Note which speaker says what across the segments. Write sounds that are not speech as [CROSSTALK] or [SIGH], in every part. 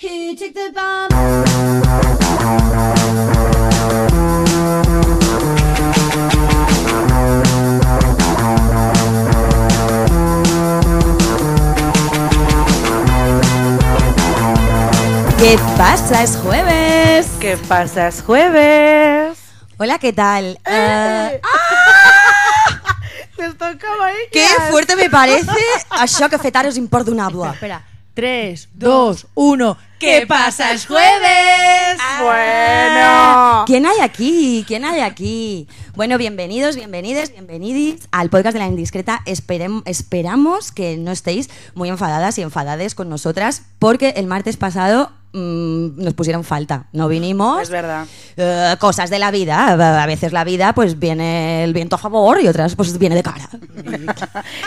Speaker 1: Who took the bomb? ¿Qué pasa? Es jueves.
Speaker 2: ¿Qué pasa? Es jueves.
Speaker 1: Hola, ¿qué tal? Eh,
Speaker 2: Nos tocaba ella.
Speaker 1: qué fuerte me parece això que fetar us importa una habla.
Speaker 2: Espera. 3, 2, 1. ¿Qué pasa? Es jueves. Bueno.
Speaker 1: Ah, ¿Quién hay aquí? ¿Quién hay aquí? Bueno, bienvenidos, bienvenides, bienvenidis al podcast de la indiscreta. Esperem- esperamos que no estéis muy enfadadas y enfadades con nosotras porque el martes pasado mm, nos pusieron falta. No vinimos.
Speaker 2: Es verdad.
Speaker 1: Eh, cosas de la vida. A veces la vida pues viene el viento a favor y otras pues viene de cara.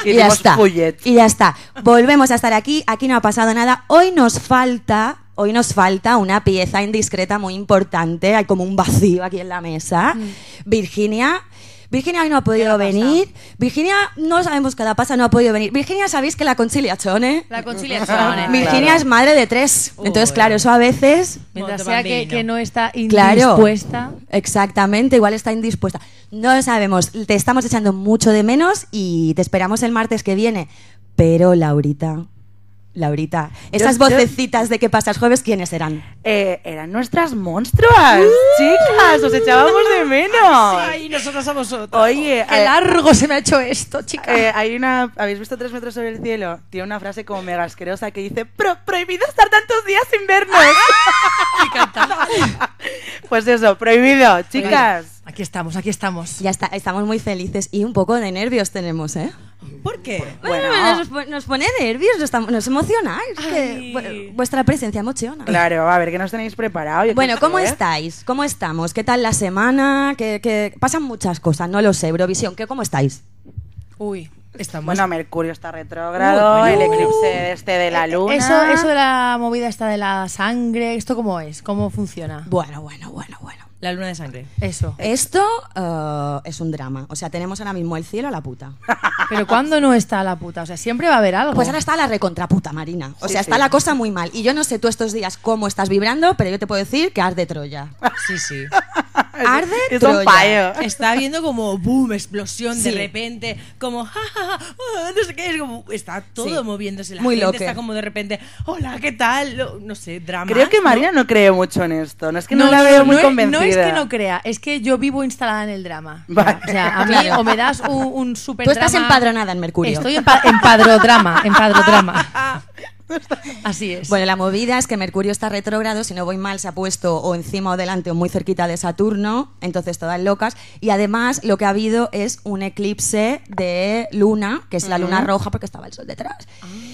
Speaker 2: Y
Speaker 1: ya
Speaker 2: dimos
Speaker 1: está.
Speaker 2: fullet.
Speaker 1: Y ya está. Volvemos a estar aquí. Aquí no ha pasado nada. Hoy nos falta. Hoy nos falta una pieza indiscreta muy importante. Hay como un vacío aquí en la mesa. Virginia. Virginia hoy no ha podido venir. Virginia, no sabemos qué le pasa, no ha podido venir. Virginia, sabéis que la conciliazione.
Speaker 3: La
Speaker 4: eh.
Speaker 3: conciliación.
Speaker 1: Virginia es madre de tres. Entonces, claro, eso a veces
Speaker 3: Monte
Speaker 4: Mientras sea que,
Speaker 3: Bambino.
Speaker 4: que no está
Speaker 1: Claro.
Speaker 4: indispuesta.
Speaker 1: Exactamente, igual está indispuesta. No lo sabemos, te estamos echando mucho de menos y te esperamos el martes que viene. Pero, Laurita, Laurita, esas
Speaker 2: yo-
Speaker 1: vocecitas de que pasas jueves, ¿quiénes serán?
Speaker 2: Eh, eran nuestras monstruas, chicas. Ah, Os echábamos de menos.
Speaker 4: Ay, nosotros somos otros.
Speaker 2: Oye,
Speaker 4: Qué
Speaker 2: eh,
Speaker 4: largo se me ha hecho esto, chica.
Speaker 2: eh, hay una, ¿habéis visto Tres metros sobre el cielo? Tiene una frase como mega asquerosa que dice, "Pro- prohibido estar tantos días sin vernos. pues eso, prohibido, chicas.
Speaker 4: Aquí estamos, aquí estamos.
Speaker 1: Ya está, estamos muy felices y un poco de nervios tenemos, ¿eh?
Speaker 4: ¿Por qué?
Speaker 2: Bueno.
Speaker 1: nos, po- nos pone nervios, nos, estamos- nos emocionáis, que
Speaker 4: Ay.
Speaker 1: vu- vuestra presencia emociona.
Speaker 2: Claro, a ver, ¿qué nos tenéis preparado? Yo ¿eh? qué
Speaker 1: Bueno, ¿cómo
Speaker 2: sé.
Speaker 1: estáis? ¿Cómo estamos? ¿Qué tal la semana? ¿Qué, qué- Pasan muchas cosas, no lo sé, Eurovisión, ¿qué, ¿cómo estáis?
Speaker 4: Uy, estamos.
Speaker 2: Bueno, Mercurio está retrógrado,
Speaker 4: Uy,
Speaker 2: el
Speaker 4: bueno.
Speaker 2: eclipse este de la luna.
Speaker 4: Eso, eso de la movida esta de la sangre, ¿esto cómo es? ¿Cómo funciona?
Speaker 1: Bueno, bueno, bueno, bueno.
Speaker 3: La luna de sangre.
Speaker 4: Eso.
Speaker 1: Esto eh, es un drama. O sea, tenemos ahora mismo el cielo a la puta.
Speaker 4: Pero ¿cuándo no está la puta? O sea, siempre va a haber algo.
Speaker 1: Pues ahora está la recontraputa, Marina. O
Speaker 2: Sí,
Speaker 1: sea, está
Speaker 2: sí.
Speaker 1: la cosa muy mal. Y yo no sé tú estos días cómo estás vibrando, pero yo te puedo decir que arde Troya.
Speaker 3: Sí, sí.
Speaker 1: Arde
Speaker 2: [LAUGHS] Es
Speaker 1: Troya.
Speaker 2: un fallo.
Speaker 3: Está habiendo como boom, explosión
Speaker 1: Sí.
Speaker 3: de repente, como ja, ja, ja, ah, no sé qué, es como está todo
Speaker 1: Sí.
Speaker 3: moviéndose la
Speaker 1: Muy
Speaker 3: gente,
Speaker 1: loque.
Speaker 3: está como de repente, hola, ¿qué tal? Lo- No sé, drama.
Speaker 2: Creo que María no cree mucho en esto. No es que no, la veo muy
Speaker 4: no es-
Speaker 2: convencida.
Speaker 4: No es que no crea, es que yo vivo instalada en el drama.
Speaker 2: Vale.
Speaker 4: O sea, a mí
Speaker 1: Claro.
Speaker 4: o me das un, un super
Speaker 3: Pues
Speaker 1: Tú estás
Speaker 4: drama-
Speaker 1: empadronada en Mercurio.
Speaker 4: Estoy en, pa- en padrodrama, en padrodrama.
Speaker 1: [LAUGHS]
Speaker 4: Así es.
Speaker 1: Bueno, la movida es que Mercurio está retrógrado, si no voy mal, se ha puesto o encima o delante o muy cerquita de Saturno, entonces todas locas. Y además lo que ha habido es un eclipse de luna, que es la luna roja porque estaba el sol detrás.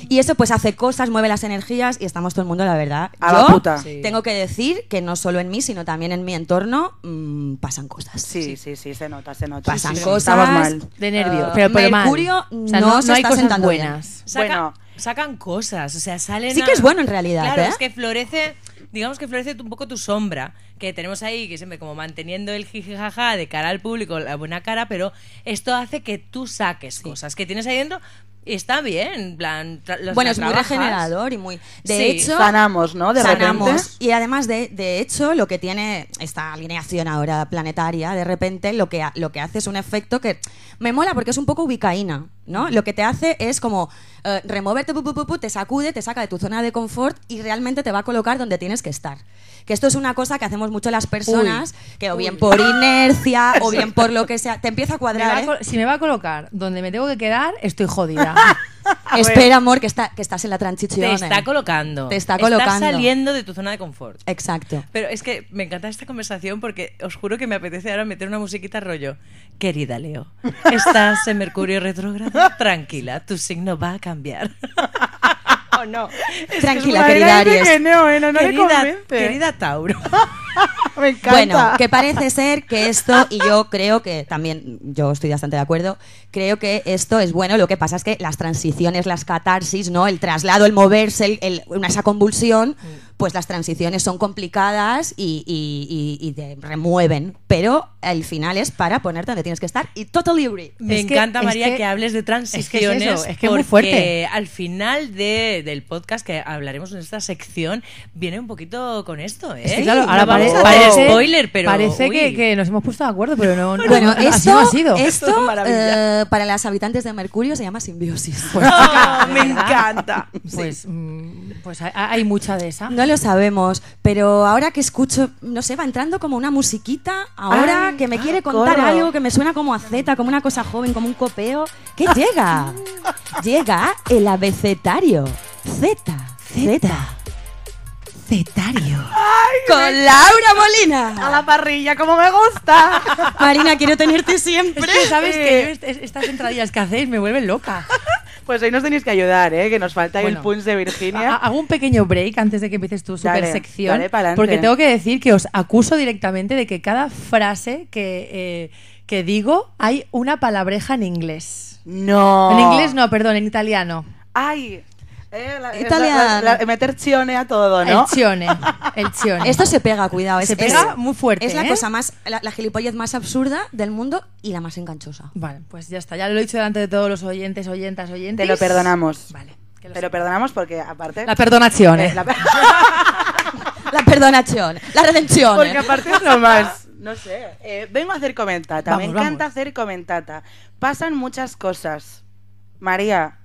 Speaker 1: Y eso pues hace cosas, mueve las energías y estamos todo el mundo, la verdad.
Speaker 2: A la
Speaker 1: Yo
Speaker 2: puta.
Speaker 3: Sí.
Speaker 1: tengo que decir que no solo en mí, sino también en mi entorno mm, pasan cosas.
Speaker 2: Sí, sí, sí, se nota, se nota.
Speaker 1: Pasan
Speaker 2: Sí, sí, sí.
Speaker 1: cosas.
Speaker 2: Estamos mal.
Speaker 4: de nervio.
Speaker 1: Eh,
Speaker 4: pero, pero mal.
Speaker 1: Mercurio
Speaker 4: O sea,
Speaker 1: no
Speaker 4: no,
Speaker 1: se
Speaker 4: no hay
Speaker 1: está
Speaker 4: cosas
Speaker 1: sentando bien.
Speaker 4: buenas.
Speaker 3: Sacan-
Speaker 2: Bueno.
Speaker 3: sacan cosas, o sea, salen
Speaker 1: Sí
Speaker 3: a-
Speaker 1: que es bueno en realidad,
Speaker 3: Claro,
Speaker 1: ¿eh?
Speaker 3: es que florece, digamos que florece un poco tu sombra, que tenemos ahí, que siempre como manteniendo el jijijaja de cara al público, la buena cara, pero esto hace que tú saques cosas que tienes ahí dentro y está bien, en plan, tra- los
Speaker 1: bueno, es muy
Speaker 3: trabajas.
Speaker 1: regenerador y muy... De
Speaker 3: Sí.
Speaker 1: hecho...
Speaker 2: Sanamos, ¿no? De
Speaker 1: Sanamos.
Speaker 2: repente.
Speaker 1: Y además, de, de hecho, lo que tiene esta alineación ahora planetaria, de repente, lo que, ha- lo que hace es un efecto que me mola porque es un poco ubicaína, ¿no? Lo que te hace es como eh, removerte, pu, pu, pu, pu, te sacude, te saca de tu zona de confort y realmente te va a colocar donde tienes que estar. Que esto es una cosa que hacemos mucho las personas, que o bien por inercia o bien por lo que sea, te empieza a
Speaker 4: Me va
Speaker 1: cuadrar.
Speaker 4: a
Speaker 1: ¿eh?
Speaker 4: col- Si me va a colocar donde me tengo que quedar, estoy jodida.
Speaker 1: Espera, amor, que, está, que estás en la transición.
Speaker 3: Te
Speaker 1: ¿eh?
Speaker 3: está colocando.
Speaker 1: Te está colocando.
Speaker 3: Estás saliendo de tu zona de confort.
Speaker 1: Exacto.
Speaker 3: Pero es que me encanta esta conversación porque os juro que me apetece ahora meter una musiquita rollo. Querida
Speaker 1: [LAUGHS]
Speaker 3: Leo, estás en Mercurio retrógrado. Tranquila, tu signo va a cambiar. ¿O no?
Speaker 1: Tranquila,
Speaker 2: María
Speaker 1: querida
Speaker 2: dice
Speaker 1: Aries.
Speaker 2: que no, eh, no, no le
Speaker 3: querida,
Speaker 2: convence.
Speaker 3: querida
Speaker 1: [LAUGHS]
Speaker 3: Tauro.
Speaker 2: [LAUGHS] Me encanta.
Speaker 1: Bueno, que parece ser que esto, y yo creo que también, yo estoy bastante de acuerdo, creo que esto es bueno, lo que pasa es que las transiciones, las catarsis, ¿no? El traslado, el moverse, el- el- una, esa convulsión, pues las transiciones son complicadas y, y- y- y te remueven. Pero al final es para ponerte donde tienes que estar y totally agree.
Speaker 3: Me
Speaker 4: Es que-
Speaker 3: encanta,
Speaker 4: es
Speaker 3: María, que,
Speaker 4: que-
Speaker 3: hables de
Speaker 4: es que es
Speaker 3: transiciones.
Speaker 4: eso, es que es muy
Speaker 3: porque
Speaker 4: fuerte.
Speaker 3: al final de- del podcast que hablaremos en esta sección, viene un poquito con esto, ¿eh?
Speaker 4: Es que, claro,
Speaker 3: No
Speaker 4: ahora
Speaker 3: vamos
Speaker 4: parece,
Speaker 3: a hacer
Speaker 4: parece,
Speaker 3: spoiler, pero.
Speaker 4: parece
Speaker 3: uy.
Speaker 4: que, que nos hemos puesto de acuerdo, pero no, no-
Speaker 1: Bueno,
Speaker 4: así
Speaker 1: esto,
Speaker 4: no ha
Speaker 1: [LAUGHS]
Speaker 4: sido. [LAUGHS]
Speaker 1: esto,
Speaker 2: Todo maravilla.
Speaker 1: eh, para las habitantes de Mercurio se llama simbiosis.
Speaker 4: Pues,
Speaker 2: ¡Ah,
Speaker 4: chica,
Speaker 2: me
Speaker 4: de verdad, [LAUGHS]
Speaker 2: encanta.
Speaker 4: Pues, mm, pues hay, hay mucha de esa.
Speaker 1: No lo sabemos, pero ahora que escucho, no sé, va entrando como una musiquita ahora
Speaker 2: Ay,
Speaker 1: que me
Speaker 2: ah,
Speaker 1: quiere contar
Speaker 2: corro.
Speaker 1: algo que me suena como a Z, como una cosa joven, como un copeo. ¿Qué
Speaker 4: [LAUGHS]
Speaker 1: llega? llega el abecetario. Z, Z, Zetario. Con Laura
Speaker 2: A
Speaker 1: Molina.
Speaker 2: la parrilla, como me gusta. [LAUGHS]
Speaker 1: Marina, quiero tenerte siempre.
Speaker 4: Es que sabes que yo est- es- estas entradillas que hacéis me vuelven loca.
Speaker 2: Pues hoy nos tenéis que ayudar, ¿eh? Que nos falta ahí el
Speaker 4: Bueno.
Speaker 2: punch de
Speaker 4: Ha-
Speaker 2: Virginia.
Speaker 4: [LAUGHS] Hago un pequeño break antes de que empieces tu
Speaker 2: Dale,
Speaker 4: super sección.
Speaker 2: dale pa'lante.
Speaker 4: porque tengo que decir que os acuso directamente de que cada frase que, eh, que digo hay una palabreja en inglés.
Speaker 2: No.
Speaker 4: En inglés no, perdón, en italiano.
Speaker 2: Ay. Eh, la- es
Speaker 1: Italiano.
Speaker 2: la- la- la- meter chione a todo, ¿no?
Speaker 4: El chione. El chione.
Speaker 1: Esto se pega, cuidado.
Speaker 4: Se pega muy fuerte,
Speaker 1: Es la
Speaker 4: ¿eh?
Speaker 1: cosa más, la, la gilipollez más absurda del mundo y la más enganchosa.
Speaker 4: Vale, pues ya está. Ya lo he dicho delante de todos los oyentes, oyentas, oyentes.
Speaker 2: Te lo perdonamos.
Speaker 4: Vale. que lo
Speaker 2: Te lo
Speaker 4: sepa.
Speaker 2: perdonamos porque aparte...
Speaker 4: la perdonación.
Speaker 2: eh, la-
Speaker 1: La perdonación, la redención.
Speaker 2: [LAUGHS]
Speaker 1: ¿eh?
Speaker 2: porque aparte es
Speaker 1: [LAUGHS]
Speaker 2: lo más... No sé. Eh, vengo a hacer comentata.
Speaker 4: Vamos,
Speaker 2: me encanta
Speaker 4: vamos.
Speaker 2: hacer comentata. Pasan muchas cosas. María...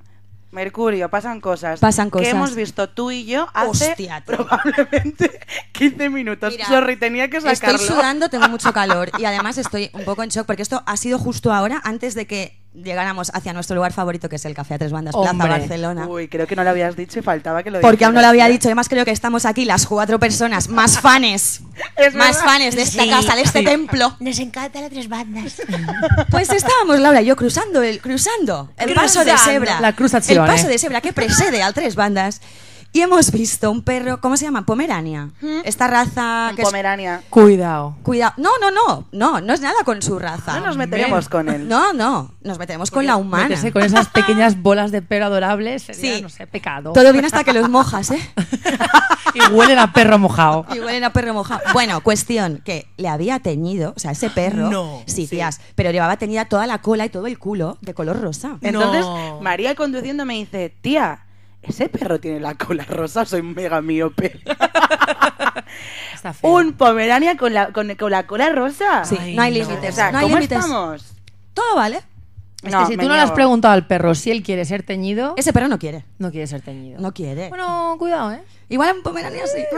Speaker 2: Mercurio, pasan cosas.
Speaker 1: Pasan cosas.
Speaker 2: Que hemos visto tú y yo hace
Speaker 1: Hostia, tío.
Speaker 2: probablemente [LAUGHS] 15 minutos.
Speaker 1: Mira,
Speaker 2: Sorry, tenía que sacarlo.
Speaker 1: Estoy sudando, tengo mucho calor y además estoy un poco en shock porque esto ha sido justo ahora, antes de que llegáramos hacia nuestro lugar favorito, que es el Café a Tres Bandas Plaza
Speaker 4: Hombre.
Speaker 1: Barcelona.
Speaker 2: Uy, creo que no lo habías dicho y faltaba que lo
Speaker 1: Porque aún no lo había
Speaker 2: dijeras, ¿eh?
Speaker 1: dicho, además creo que estamos aquí las cuatro personas más fanes,
Speaker 2: Es
Speaker 1: más
Speaker 2: verdad.
Speaker 1: fanes de esta
Speaker 3: Sí,
Speaker 1: casa, de este
Speaker 3: sí.
Speaker 1: templo.
Speaker 3: Nos encanta las tres [LAUGHS] bandas.
Speaker 1: Pues estábamos, Laura y yo, cruzando el, cruzando el paso de
Speaker 4: Cruzando.
Speaker 1: cebra.
Speaker 4: La cruzación,
Speaker 1: El paso
Speaker 4: eh.
Speaker 1: de cebra que precede al Tres Bandas. Y hemos visto un perro, ¿cómo se llama? Pomerania. Esta raza
Speaker 2: En
Speaker 1: que es-
Speaker 2: Pomerania.
Speaker 4: Cuidado.
Speaker 1: Cuidado. No, no, no, no, no es nada con su raza.
Speaker 2: No nos meteremos con él.
Speaker 1: No, no, nos metemos con la humana.
Speaker 4: Meterse con esas pequeñas bolas de pelo adorables sería,
Speaker 1: Sí.
Speaker 4: no sé, pecado.
Speaker 1: Todo bien hasta que los mojas, ¿eh?
Speaker 4: y huelen a
Speaker 1: [LAUGHS]
Speaker 4: perro mojado.
Speaker 1: Y huelen a perro mojado. Bueno, cuestión, que le había teñido, o sea, ese perro,
Speaker 3: No.
Speaker 1: sí, tías, pero llevaba teñida toda la cola y todo el culo de color rosa.
Speaker 2: Entonces,
Speaker 3: No.
Speaker 2: María conduciendo me dice, tía, ese perro tiene la cola rosa, soy mega miope.
Speaker 4: Está feo.
Speaker 2: Un Pomerania con la, con, con la cola rosa.
Speaker 1: Sí,
Speaker 3: Ay,
Speaker 1: no hay
Speaker 3: no.
Speaker 2: O
Speaker 1: límites,
Speaker 2: sea,
Speaker 1: no hay
Speaker 2: ¿cómo
Speaker 1: límites.
Speaker 2: estamos?
Speaker 1: Todo vale.
Speaker 4: Es
Speaker 2: No,
Speaker 4: que si
Speaker 2: me
Speaker 4: tú no le has
Speaker 2: niego.
Speaker 4: preguntado al perro si él quiere ser teñido,
Speaker 1: Ese perro no quiere,
Speaker 4: no quiere ser teñido.
Speaker 1: no quiere.
Speaker 4: Bueno, cuidado, ¿eh?
Speaker 1: Igual en Pomerania sí. ¿Tú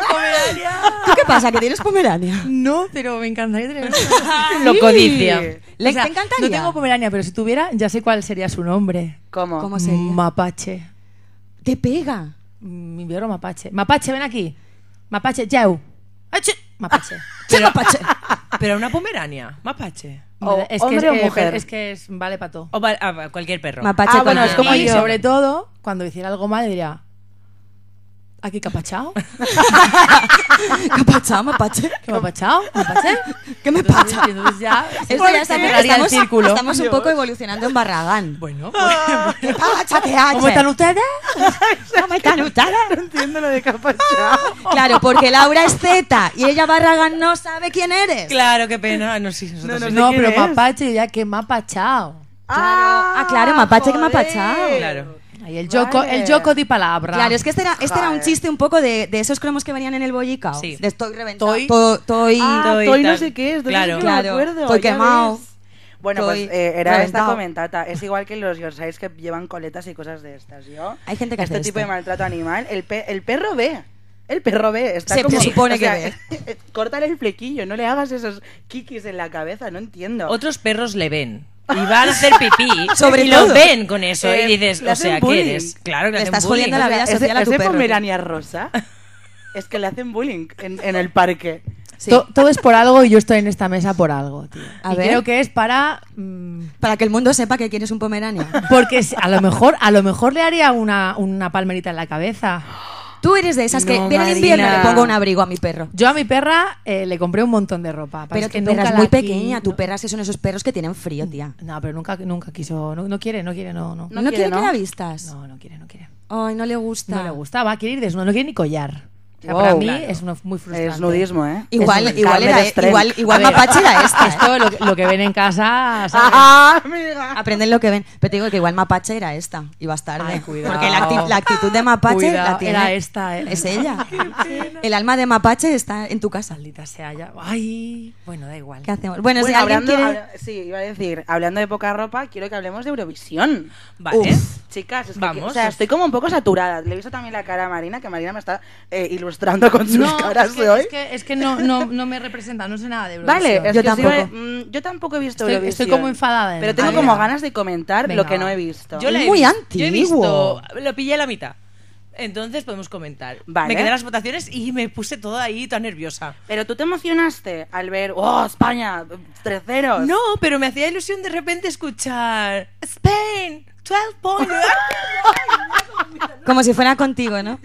Speaker 1: qué pasa? ¿Que tienes
Speaker 4: [LAUGHS]
Speaker 1: Pomerania?
Speaker 4: No, pero me encantaría [LAUGHS] tener
Speaker 2: Lo codicia.
Speaker 1: Le-
Speaker 4: O sea,
Speaker 1: ¿Te encantaría?
Speaker 4: No tengo pomerania, pero si tuviera, ya sé cuál sería su nombre.
Speaker 2: ¿Cómo? [LAUGHS]
Speaker 1: ¿Cómo sería?
Speaker 4: Mapache.
Speaker 1: Te pega.
Speaker 4: Mi bioro Mm, mapache. Mapache, ven aquí. Mapache, yau. Achi. [LAUGHS] Mapache.
Speaker 1: Pero, Pache.
Speaker 3: Pero una pomerania, mapache.
Speaker 2: O-
Speaker 4: es que,
Speaker 2: hombre
Speaker 4: es
Speaker 2: o
Speaker 4: que-
Speaker 2: mujer.
Speaker 4: Es que es, vale para todo.
Speaker 3: O va- a- cualquier perro.
Speaker 1: Mapache
Speaker 2: Ah, bueno,
Speaker 1: con-
Speaker 2: es como
Speaker 4: y
Speaker 2: yo.
Speaker 4: sobre todo, cuando hiciera algo mal, diría. ¿Aquí capachao?
Speaker 1: [LAUGHS] ¿Qué pasa, Mapache?
Speaker 4: ¿Qué mapachao?
Speaker 2: [LAUGHS]
Speaker 4: ¿Mapache?
Speaker 1: ¿Qué me
Speaker 4: Entonces,
Speaker 1: pasa?
Speaker 4: y entonces
Speaker 1: [LAUGHS]
Speaker 4: ya se
Speaker 1: Esto ya
Speaker 4: se
Speaker 1: está
Speaker 4: cerraría
Speaker 1: estamos,
Speaker 4: el círculo.
Speaker 1: estamos un poco evolucionando en
Speaker 4: [LAUGHS]
Speaker 1: Barragán.
Speaker 4: Bueno,
Speaker 2: pues,
Speaker 4: bueno.
Speaker 1: ¿Qué pasa, TH?
Speaker 4: ¿Cómo están ustedes?
Speaker 1: ¿Cómo están
Speaker 2: No
Speaker 1: ustedes?
Speaker 2: entiendo lo de capachao.
Speaker 1: Claro, porque Laura es Z y ella Barragán no sabe quién eres.
Speaker 3: Claro, qué pena. No, sí,
Speaker 2: No,
Speaker 3: nosotros
Speaker 2: no
Speaker 3: sí.
Speaker 2: sé
Speaker 4: No,
Speaker 2: quién
Speaker 4: pero
Speaker 2: es.
Speaker 4: mapache, ya que mapachao.
Speaker 1: Ah, claro, mapache que
Speaker 2: joder.
Speaker 1: mapachao.
Speaker 3: Claro.
Speaker 4: Ahí el joco,
Speaker 2: Vale. Ah,
Speaker 4: el joco de palabra.
Speaker 1: Claro, es que este era, este era un
Speaker 2: Joder.
Speaker 1: chiste un poco de, de esos cromos que venían en el bollicao.
Speaker 3: Sí.
Speaker 1: De estoy reventado.
Speaker 4: Estoy-
Speaker 1: To- estoy-
Speaker 2: Ah,
Speaker 3: Doy
Speaker 2: estoy no
Speaker 3: tal.
Speaker 2: sé qué es, doy
Speaker 3: Claro.
Speaker 2: no me
Speaker 1: Claro.
Speaker 2: acuerdo,
Speaker 1: Estoy
Speaker 2: ya
Speaker 1: quemao.
Speaker 2: ves. Bueno, pues
Speaker 1: Estoy
Speaker 2: eh, era esta
Speaker 1: reventao.
Speaker 2: comentata. Es igual que los yorkshires que llevan coletas y cosas de estas, ¿yo?
Speaker 1: Hay gente que
Speaker 2: Este
Speaker 1: hace
Speaker 2: tipo de
Speaker 1: esto.
Speaker 2: maltrato animal, el, pe- el perro ve. El perro ve. Está
Speaker 1: Se
Speaker 2: como,
Speaker 1: presupone
Speaker 2: o sea,
Speaker 1: que
Speaker 2: [LAUGHS] Córtale el flequillo, no le hagas esos kikis en la cabeza, no entiendo.
Speaker 3: Otros perros le ven. Y van a hacer pipí.
Speaker 1: Sobre
Speaker 3: y
Speaker 1: todo.
Speaker 3: los ven con eso.
Speaker 2: Eh,
Speaker 3: y dices,
Speaker 2: le
Speaker 3: o
Speaker 2: hacen
Speaker 3: sea,
Speaker 2: bullying.
Speaker 3: ¿qué eres? Claro, que
Speaker 1: Le
Speaker 3: hacen
Speaker 1: estás
Speaker 3: bullying.
Speaker 1: jodiendo la vida
Speaker 2: ¿Ese,
Speaker 1: social a tu
Speaker 2: ese
Speaker 1: perro.
Speaker 2: pomerania rosa? Es que le hacen bullying en, en el parque.
Speaker 1: Sí.
Speaker 4: To- todo es por algo y yo estoy en esta mesa por algo, tío.
Speaker 1: A
Speaker 4: y
Speaker 1: ver.
Speaker 4: creo que es para. mm,
Speaker 1: Para que el mundo sepa que quieres un pomerania.
Speaker 4: porque si- a lo mejor, a lo mejor le haría una, una palmerita en la cabeza.
Speaker 1: Tú eres de esas que
Speaker 2: No,
Speaker 1: viene el invierno y
Speaker 2: Marina.
Speaker 1: le pongo un abrigo a mi perro.
Speaker 4: Yo a mi perra eh, le compré un montón de ropa.
Speaker 1: Pero
Speaker 4: es que
Speaker 1: tu perra
Speaker 4: nunca
Speaker 1: es
Speaker 4: la
Speaker 1: muy
Speaker 4: qui-
Speaker 1: pequeña, tu
Speaker 4: no-
Speaker 1: perra sí son esos perros que tienen frío, tía.
Speaker 4: No, pero nunca, nunca quiso. No, no quiere, no quiere, no, no.
Speaker 1: ¿No,
Speaker 2: No quiere,
Speaker 1: quiere,
Speaker 2: ¿no?
Speaker 1: que la vistas?
Speaker 4: No, no quiere, no quiere.
Speaker 1: Ay, no le gusta.
Speaker 4: No le gustaba, quiere ir desnudo, no quiere ni collar. sea, para
Speaker 2: Wow.
Speaker 4: mí
Speaker 3: Claro.
Speaker 4: es una- muy frustrante.
Speaker 2: Es nudismo, ¿eh? [LAUGHS]
Speaker 1: Igual,
Speaker 2: Es
Speaker 1: igual,
Speaker 2: Carmen
Speaker 1: era,
Speaker 2: Estrell.
Speaker 1: igual, igual
Speaker 4: A ver,
Speaker 1: Mapache era [LAUGHS]
Speaker 4: [LAUGHS]
Speaker 1: esta. ¿eh?
Speaker 4: Esto, lo, que- lo que ven en casa, ¿sabes?
Speaker 2: ¡Ah, amiga!
Speaker 1: Aprenden lo que ven. Pero te digo que igual Mapache era esta. Y vas tarde.
Speaker 4: Ay, cuidado.
Speaker 1: Porque la, acti- la actitud de Mapache
Speaker 4: Cuidado,
Speaker 1: la tiene.
Speaker 4: era esta, ¿eh?
Speaker 1: Es
Speaker 4: [LAUGHS]
Speaker 1: ella. El alma de Mapache está en tu casa.
Speaker 4: Maldita sea ya. Ay, bueno, da igual.
Speaker 1: ¿Qué hacemos? Bueno, si
Speaker 2: Bueno,
Speaker 1: alguien
Speaker 2: hablando,
Speaker 1: quiere.
Speaker 2: habla- sí, iba a decir, hablando de poca ropa, quiero que hablemos de Eurovisión.
Speaker 3: Vale.
Speaker 1: Uf.
Speaker 2: Chicas, es que,
Speaker 3: Vamos.
Speaker 2: o sea, estoy como un poco saturada. Le he visto también la cara a Marina, que Marina me está eh, ilustrando con sus caras
Speaker 4: es que,
Speaker 2: de hoy.
Speaker 4: es que, es que no, no, no me representa, no sé nada de Eurovisión.
Speaker 2: Vale, es
Speaker 1: Yo
Speaker 2: que os
Speaker 1: tampoco.
Speaker 2: iba- mm, yo tampoco he visto
Speaker 4: Estoy-
Speaker 2: Eurovisión.
Speaker 4: estoy como enfadada de
Speaker 2: Pero
Speaker 4: mí.
Speaker 2: tengo
Speaker 4: Ah,
Speaker 2: como
Speaker 4: venga.
Speaker 2: ganas de comentar
Speaker 4: Venga,
Speaker 2: lo que no
Speaker 4: va.
Speaker 2: he visto.
Speaker 3: Yo la he
Speaker 1: Muy
Speaker 3: visto, Yo he
Speaker 1: antiguo.
Speaker 3: visto, lo pillé a la mitad. Entonces podemos comentar.
Speaker 2: Vale.
Speaker 3: Me quedé en las votaciones y me puse toda ahí toda nerviosa.
Speaker 2: Pero tú te emocionaste al ver, ¡oh, España! ¡Treceros!
Speaker 3: No, pero me hacía ilusión de repente escuchar Spain, 12 points.
Speaker 1: Como si fuera contigo, ¿no?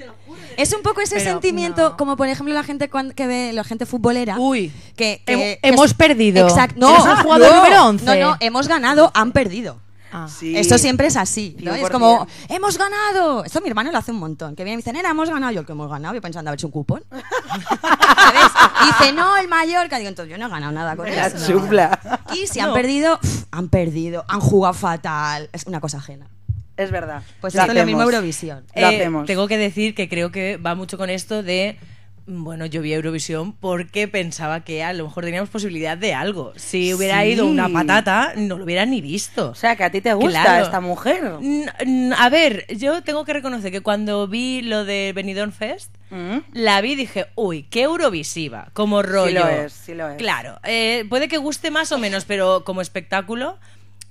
Speaker 1: Es un poco ese
Speaker 4: Pero
Speaker 1: sentimiento,
Speaker 4: no.
Speaker 1: como por ejemplo la gente cuan- que ve, la gente futbolera.
Speaker 4: Uy.
Speaker 1: que,
Speaker 4: Hem-
Speaker 1: que-
Speaker 4: hemos
Speaker 1: que-
Speaker 4: perdido.
Speaker 1: Exacto. No,
Speaker 4: Eres el jugador
Speaker 1: no,
Speaker 4: número 11.
Speaker 1: No, no, hemos ganado, han perdido.
Speaker 4: Ah.
Speaker 2: Sí.
Speaker 1: Esto siempre es así, ¿no?
Speaker 2: 100%.
Speaker 1: Es como, h¡hemos ganado! Esto mi hermano lo hace un montón. Que viene y me dice, nena, hemos ganado. Yo, el que hemos ganado? Yo pensando, a ver si un
Speaker 2: [LAUGHS]
Speaker 1: cupón. ¿Sabes? Y dice, no, el Mallorca. Digo, entonces yo no he ganado nada con
Speaker 2: La
Speaker 1: eso.
Speaker 2: chufla.
Speaker 1: Y si han perdido, pf, han perdido. Han jugado fatal. Es una cosa ajena.
Speaker 2: Es verdad.
Speaker 1: Pues
Speaker 2: Lo
Speaker 1: esto es lo mismo
Speaker 2: hacemos.
Speaker 1: Eurovisión.
Speaker 2: [LAUGHS] Lo
Speaker 3: Eh,
Speaker 2: hacemos.
Speaker 3: Tengo que decir que creo que va mucho con esto de. Bueno, yo vi Eurovisión porque pensaba que a lo mejor teníamos posibilidad de algo. Si hubiera
Speaker 2: Sí.
Speaker 3: ido una patata, no lo hubiera ni visto.
Speaker 2: O sea, que a ti te gusta
Speaker 3: Claro.
Speaker 2: esta mujer.
Speaker 3: N- n- A ver, yo tengo que reconocer que cuando vi lo de Benidorm Fest,
Speaker 2: Mm.
Speaker 3: la vi y dije, uy, qué Eurovisiva, como rollo.
Speaker 2: lo es, sí lo es.
Speaker 3: Claro, eh, puede que guste más o menos, pero como espectáculo,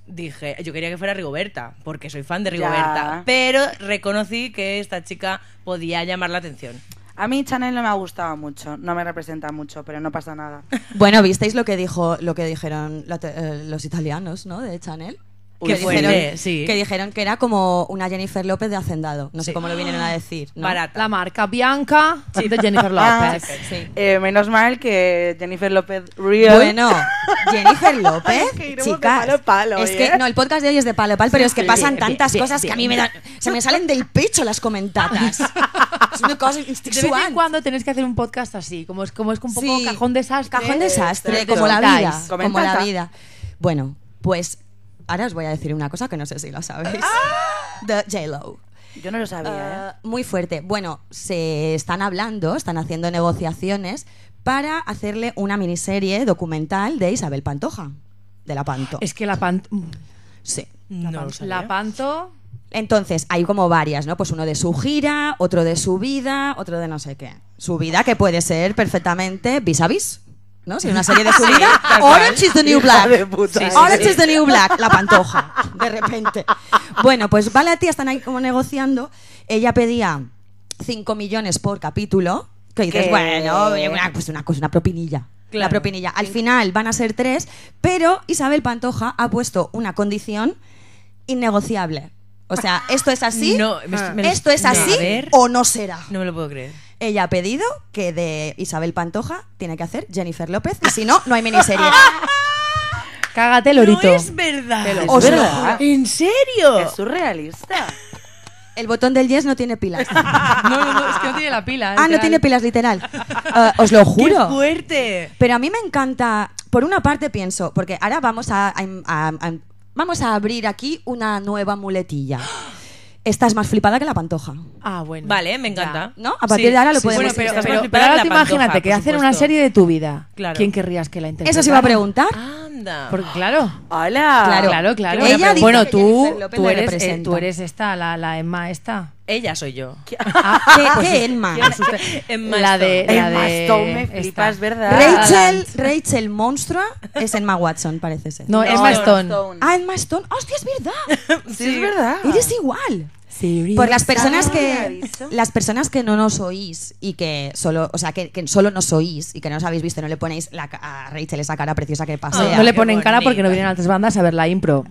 Speaker 3: dije, yo quería que fuera Rigoberta, porque soy fan de
Speaker 2: Ya.
Speaker 3: Rigoberta, pero reconocí que esta chica podía llamar la atención.
Speaker 2: A mí Chanel no me ha gustado mucho, no me representa mucho, pero no pasa nada.
Speaker 1: Bueno, ¿visteis lo que dijo, lo que dijeron la te- eh, los italianos, ¿no? De Chanel.
Speaker 3: Uy,
Speaker 1: que,
Speaker 3: sí.
Speaker 2: Pues
Speaker 1: dijeron,
Speaker 3: sí.
Speaker 1: que dijeron que era como una Jennifer López de Hacendado. No sé cómo lo vinieron a decir. ¿no?
Speaker 3: Barata.
Speaker 4: La marca Bianca de [LAUGHS] Jennifer
Speaker 2: Ah,
Speaker 4: López.
Speaker 1: Sí.
Speaker 2: Eh, menos mal que Jennifer López Real.
Speaker 1: Bueno, Jennifer López,
Speaker 2: Es que iremos de
Speaker 1: chicas,
Speaker 2: palo a palo,
Speaker 1: es
Speaker 2: ¿eh?
Speaker 1: que no, el podcast de hoy es de palo a palo, pero es que pasan
Speaker 4: bien,
Speaker 1: tantas
Speaker 4: bien,
Speaker 1: cosas que a mí me
Speaker 4: bien.
Speaker 1: dan, se me salen del pecho las
Speaker 4: [LAUGHS]
Speaker 1: comentatas. es una cosa
Speaker 4: De vez en
Speaker 1: instintual.
Speaker 4: cuando tenéis que hacer un podcast así, como es como es un poco
Speaker 1: Sí.
Speaker 4: cajón desastre.
Speaker 1: Cajón desastre,
Speaker 4: Eh,
Speaker 1: como la
Speaker 4: comentáis.
Speaker 1: vida, como la
Speaker 2: Comentata.
Speaker 1: vida. Bueno, pues ahora os voy a decir una cosa que no sé si lo
Speaker 4: [LAUGHS]
Speaker 1: sabéis.
Speaker 4: Ah.
Speaker 1: The J-Lo.
Speaker 2: Yo no lo sabía, ¿eh?
Speaker 1: Ah, muy fuerte. Bueno, se están hablando, están haciendo negociaciones para hacerle una miniserie documental de Isabel Pantoja, de la Panto.
Speaker 4: Es que la pan- mm,
Speaker 1: Sí.
Speaker 3: No lo sabía.
Speaker 4: la panto
Speaker 1: Entonces, hay como varias, ¿no? Pues uno de su gira, otro de su vida, otro de no sé qué. Su vida que puede ser perfectamente vis a vis, ¿no? Si una serie de su vida, Orange is the New
Speaker 2: Hija
Speaker 1: Black.
Speaker 2: de puta,
Speaker 1: Sí,
Speaker 2: ¿eh?
Speaker 1: sí, Orange is the New Black, la pantoja, de repente. Bueno, pues va la tía, están ahí como negociando. Ella pedía 5 millones por capítulo, que dices,
Speaker 2: ¿Qué?
Speaker 1: bueno, una, pues una cosa, una propinilla.
Speaker 3: Claro.
Speaker 1: La propinilla. Al final van a ser tres, pero Isabel Pantoja ha puesto una condición innegociable.
Speaker 3: [LAUGHS]
Speaker 1: O sea, esto es así,
Speaker 3: No, me- me-
Speaker 1: esto es
Speaker 3: no, a
Speaker 1: así
Speaker 3: ver.
Speaker 1: o no será.
Speaker 3: No me lo puedo creer.
Speaker 1: Ella ha pedido que de Isabel Pantoja tiene que hacer Jennifer López y si no, no
Speaker 3: [LAUGHS]
Speaker 1: hay miniserie.
Speaker 4: Cágate, Lorito.
Speaker 3: No es verdad.
Speaker 2: Te lo
Speaker 1: Os
Speaker 2: juro.
Speaker 1: lo
Speaker 3: ¿En serio?
Speaker 2: Es surrealista.
Speaker 1: El botón del yes no tiene pilas.
Speaker 4: No, no, no, es que no tiene la pila.
Speaker 1: Ah, no
Speaker 4: literal.
Speaker 1: tiene
Speaker 3: [LAUGHS]
Speaker 1: pilas literal. Ah, os lo
Speaker 3: ¡Qué
Speaker 1: juro.
Speaker 3: fuerte!
Speaker 1: Pero a mí me encanta, por una parte pienso, porque ahora vamos a, a- a- a- vamos a abrir aquí una
Speaker 3: [GASPS]
Speaker 1: nueva muletilla. Esta es más flipada que la pantoja.
Speaker 4: Ah, bueno.
Speaker 3: Vale, me encanta.
Speaker 1: ¿no? A partir de ahora lo podemos-
Speaker 3: bueno, pero,
Speaker 1: Estás
Speaker 3: pero- pero
Speaker 4: Pero, pero ahora
Speaker 3: la
Speaker 4: te
Speaker 3: Pantoja,
Speaker 4: imagínate que
Speaker 3: por
Speaker 4: hacen una
Speaker 3: supuesto.
Speaker 4: serie de tu vida.
Speaker 3: Claro.
Speaker 4: ¿Quién querrías que la interpretara?
Speaker 1: Eso se iba a preguntar.
Speaker 3: Anda.
Speaker 4: Porque, claro.
Speaker 2: Hola.
Speaker 1: Claro.
Speaker 4: Claro, claro.
Speaker 1: Ella dice
Speaker 4: bueno,
Speaker 1: que
Speaker 4: tú,
Speaker 1: Jennifer López
Speaker 4: tú,
Speaker 1: la
Speaker 4: eres, eh,
Speaker 1: representa.
Speaker 4: tú eres esta, la, la Emma esta.
Speaker 3: Ella soy yo.
Speaker 4: Ah,
Speaker 1: ¿Qué-
Speaker 4: pues
Speaker 1: qué
Speaker 4: es-
Speaker 1: Emma?
Speaker 4: pues usted-
Speaker 3: Emma
Speaker 4: la de.
Speaker 3: Stone.
Speaker 4: La
Speaker 2: Emma
Speaker 4: de
Speaker 2: Stone me
Speaker 4: esta.
Speaker 2: flipas,
Speaker 4: Ah,
Speaker 2: ¿verdad?
Speaker 1: Rachel, Rachel Monstrua es Emma Watson, parece ser.
Speaker 2: No,
Speaker 4: No, Emma Stone.
Speaker 1: Ah, Emma Stone. ¡Hostia, es
Speaker 4: [LAUGHS]
Speaker 1: verdad!
Speaker 2: Sí, es verdad.
Speaker 1: Eres igual.
Speaker 4: Sí,
Speaker 1: Por las
Speaker 2: Ah,
Speaker 1: personas
Speaker 2: no me
Speaker 1: que
Speaker 2: aviso.
Speaker 1: las personas que no nos oís y que solo, o sea, que, que solo nos oís y que no os habéis visto, no le ponéis la ca- a Rachel esa cara preciosa que
Speaker 4: No,
Speaker 1: pasea.
Speaker 4: Ah, no le
Speaker 3: qué
Speaker 4: ponen cara porque no
Speaker 3: bonita.
Speaker 4: vienen altas bandas a ver la impro.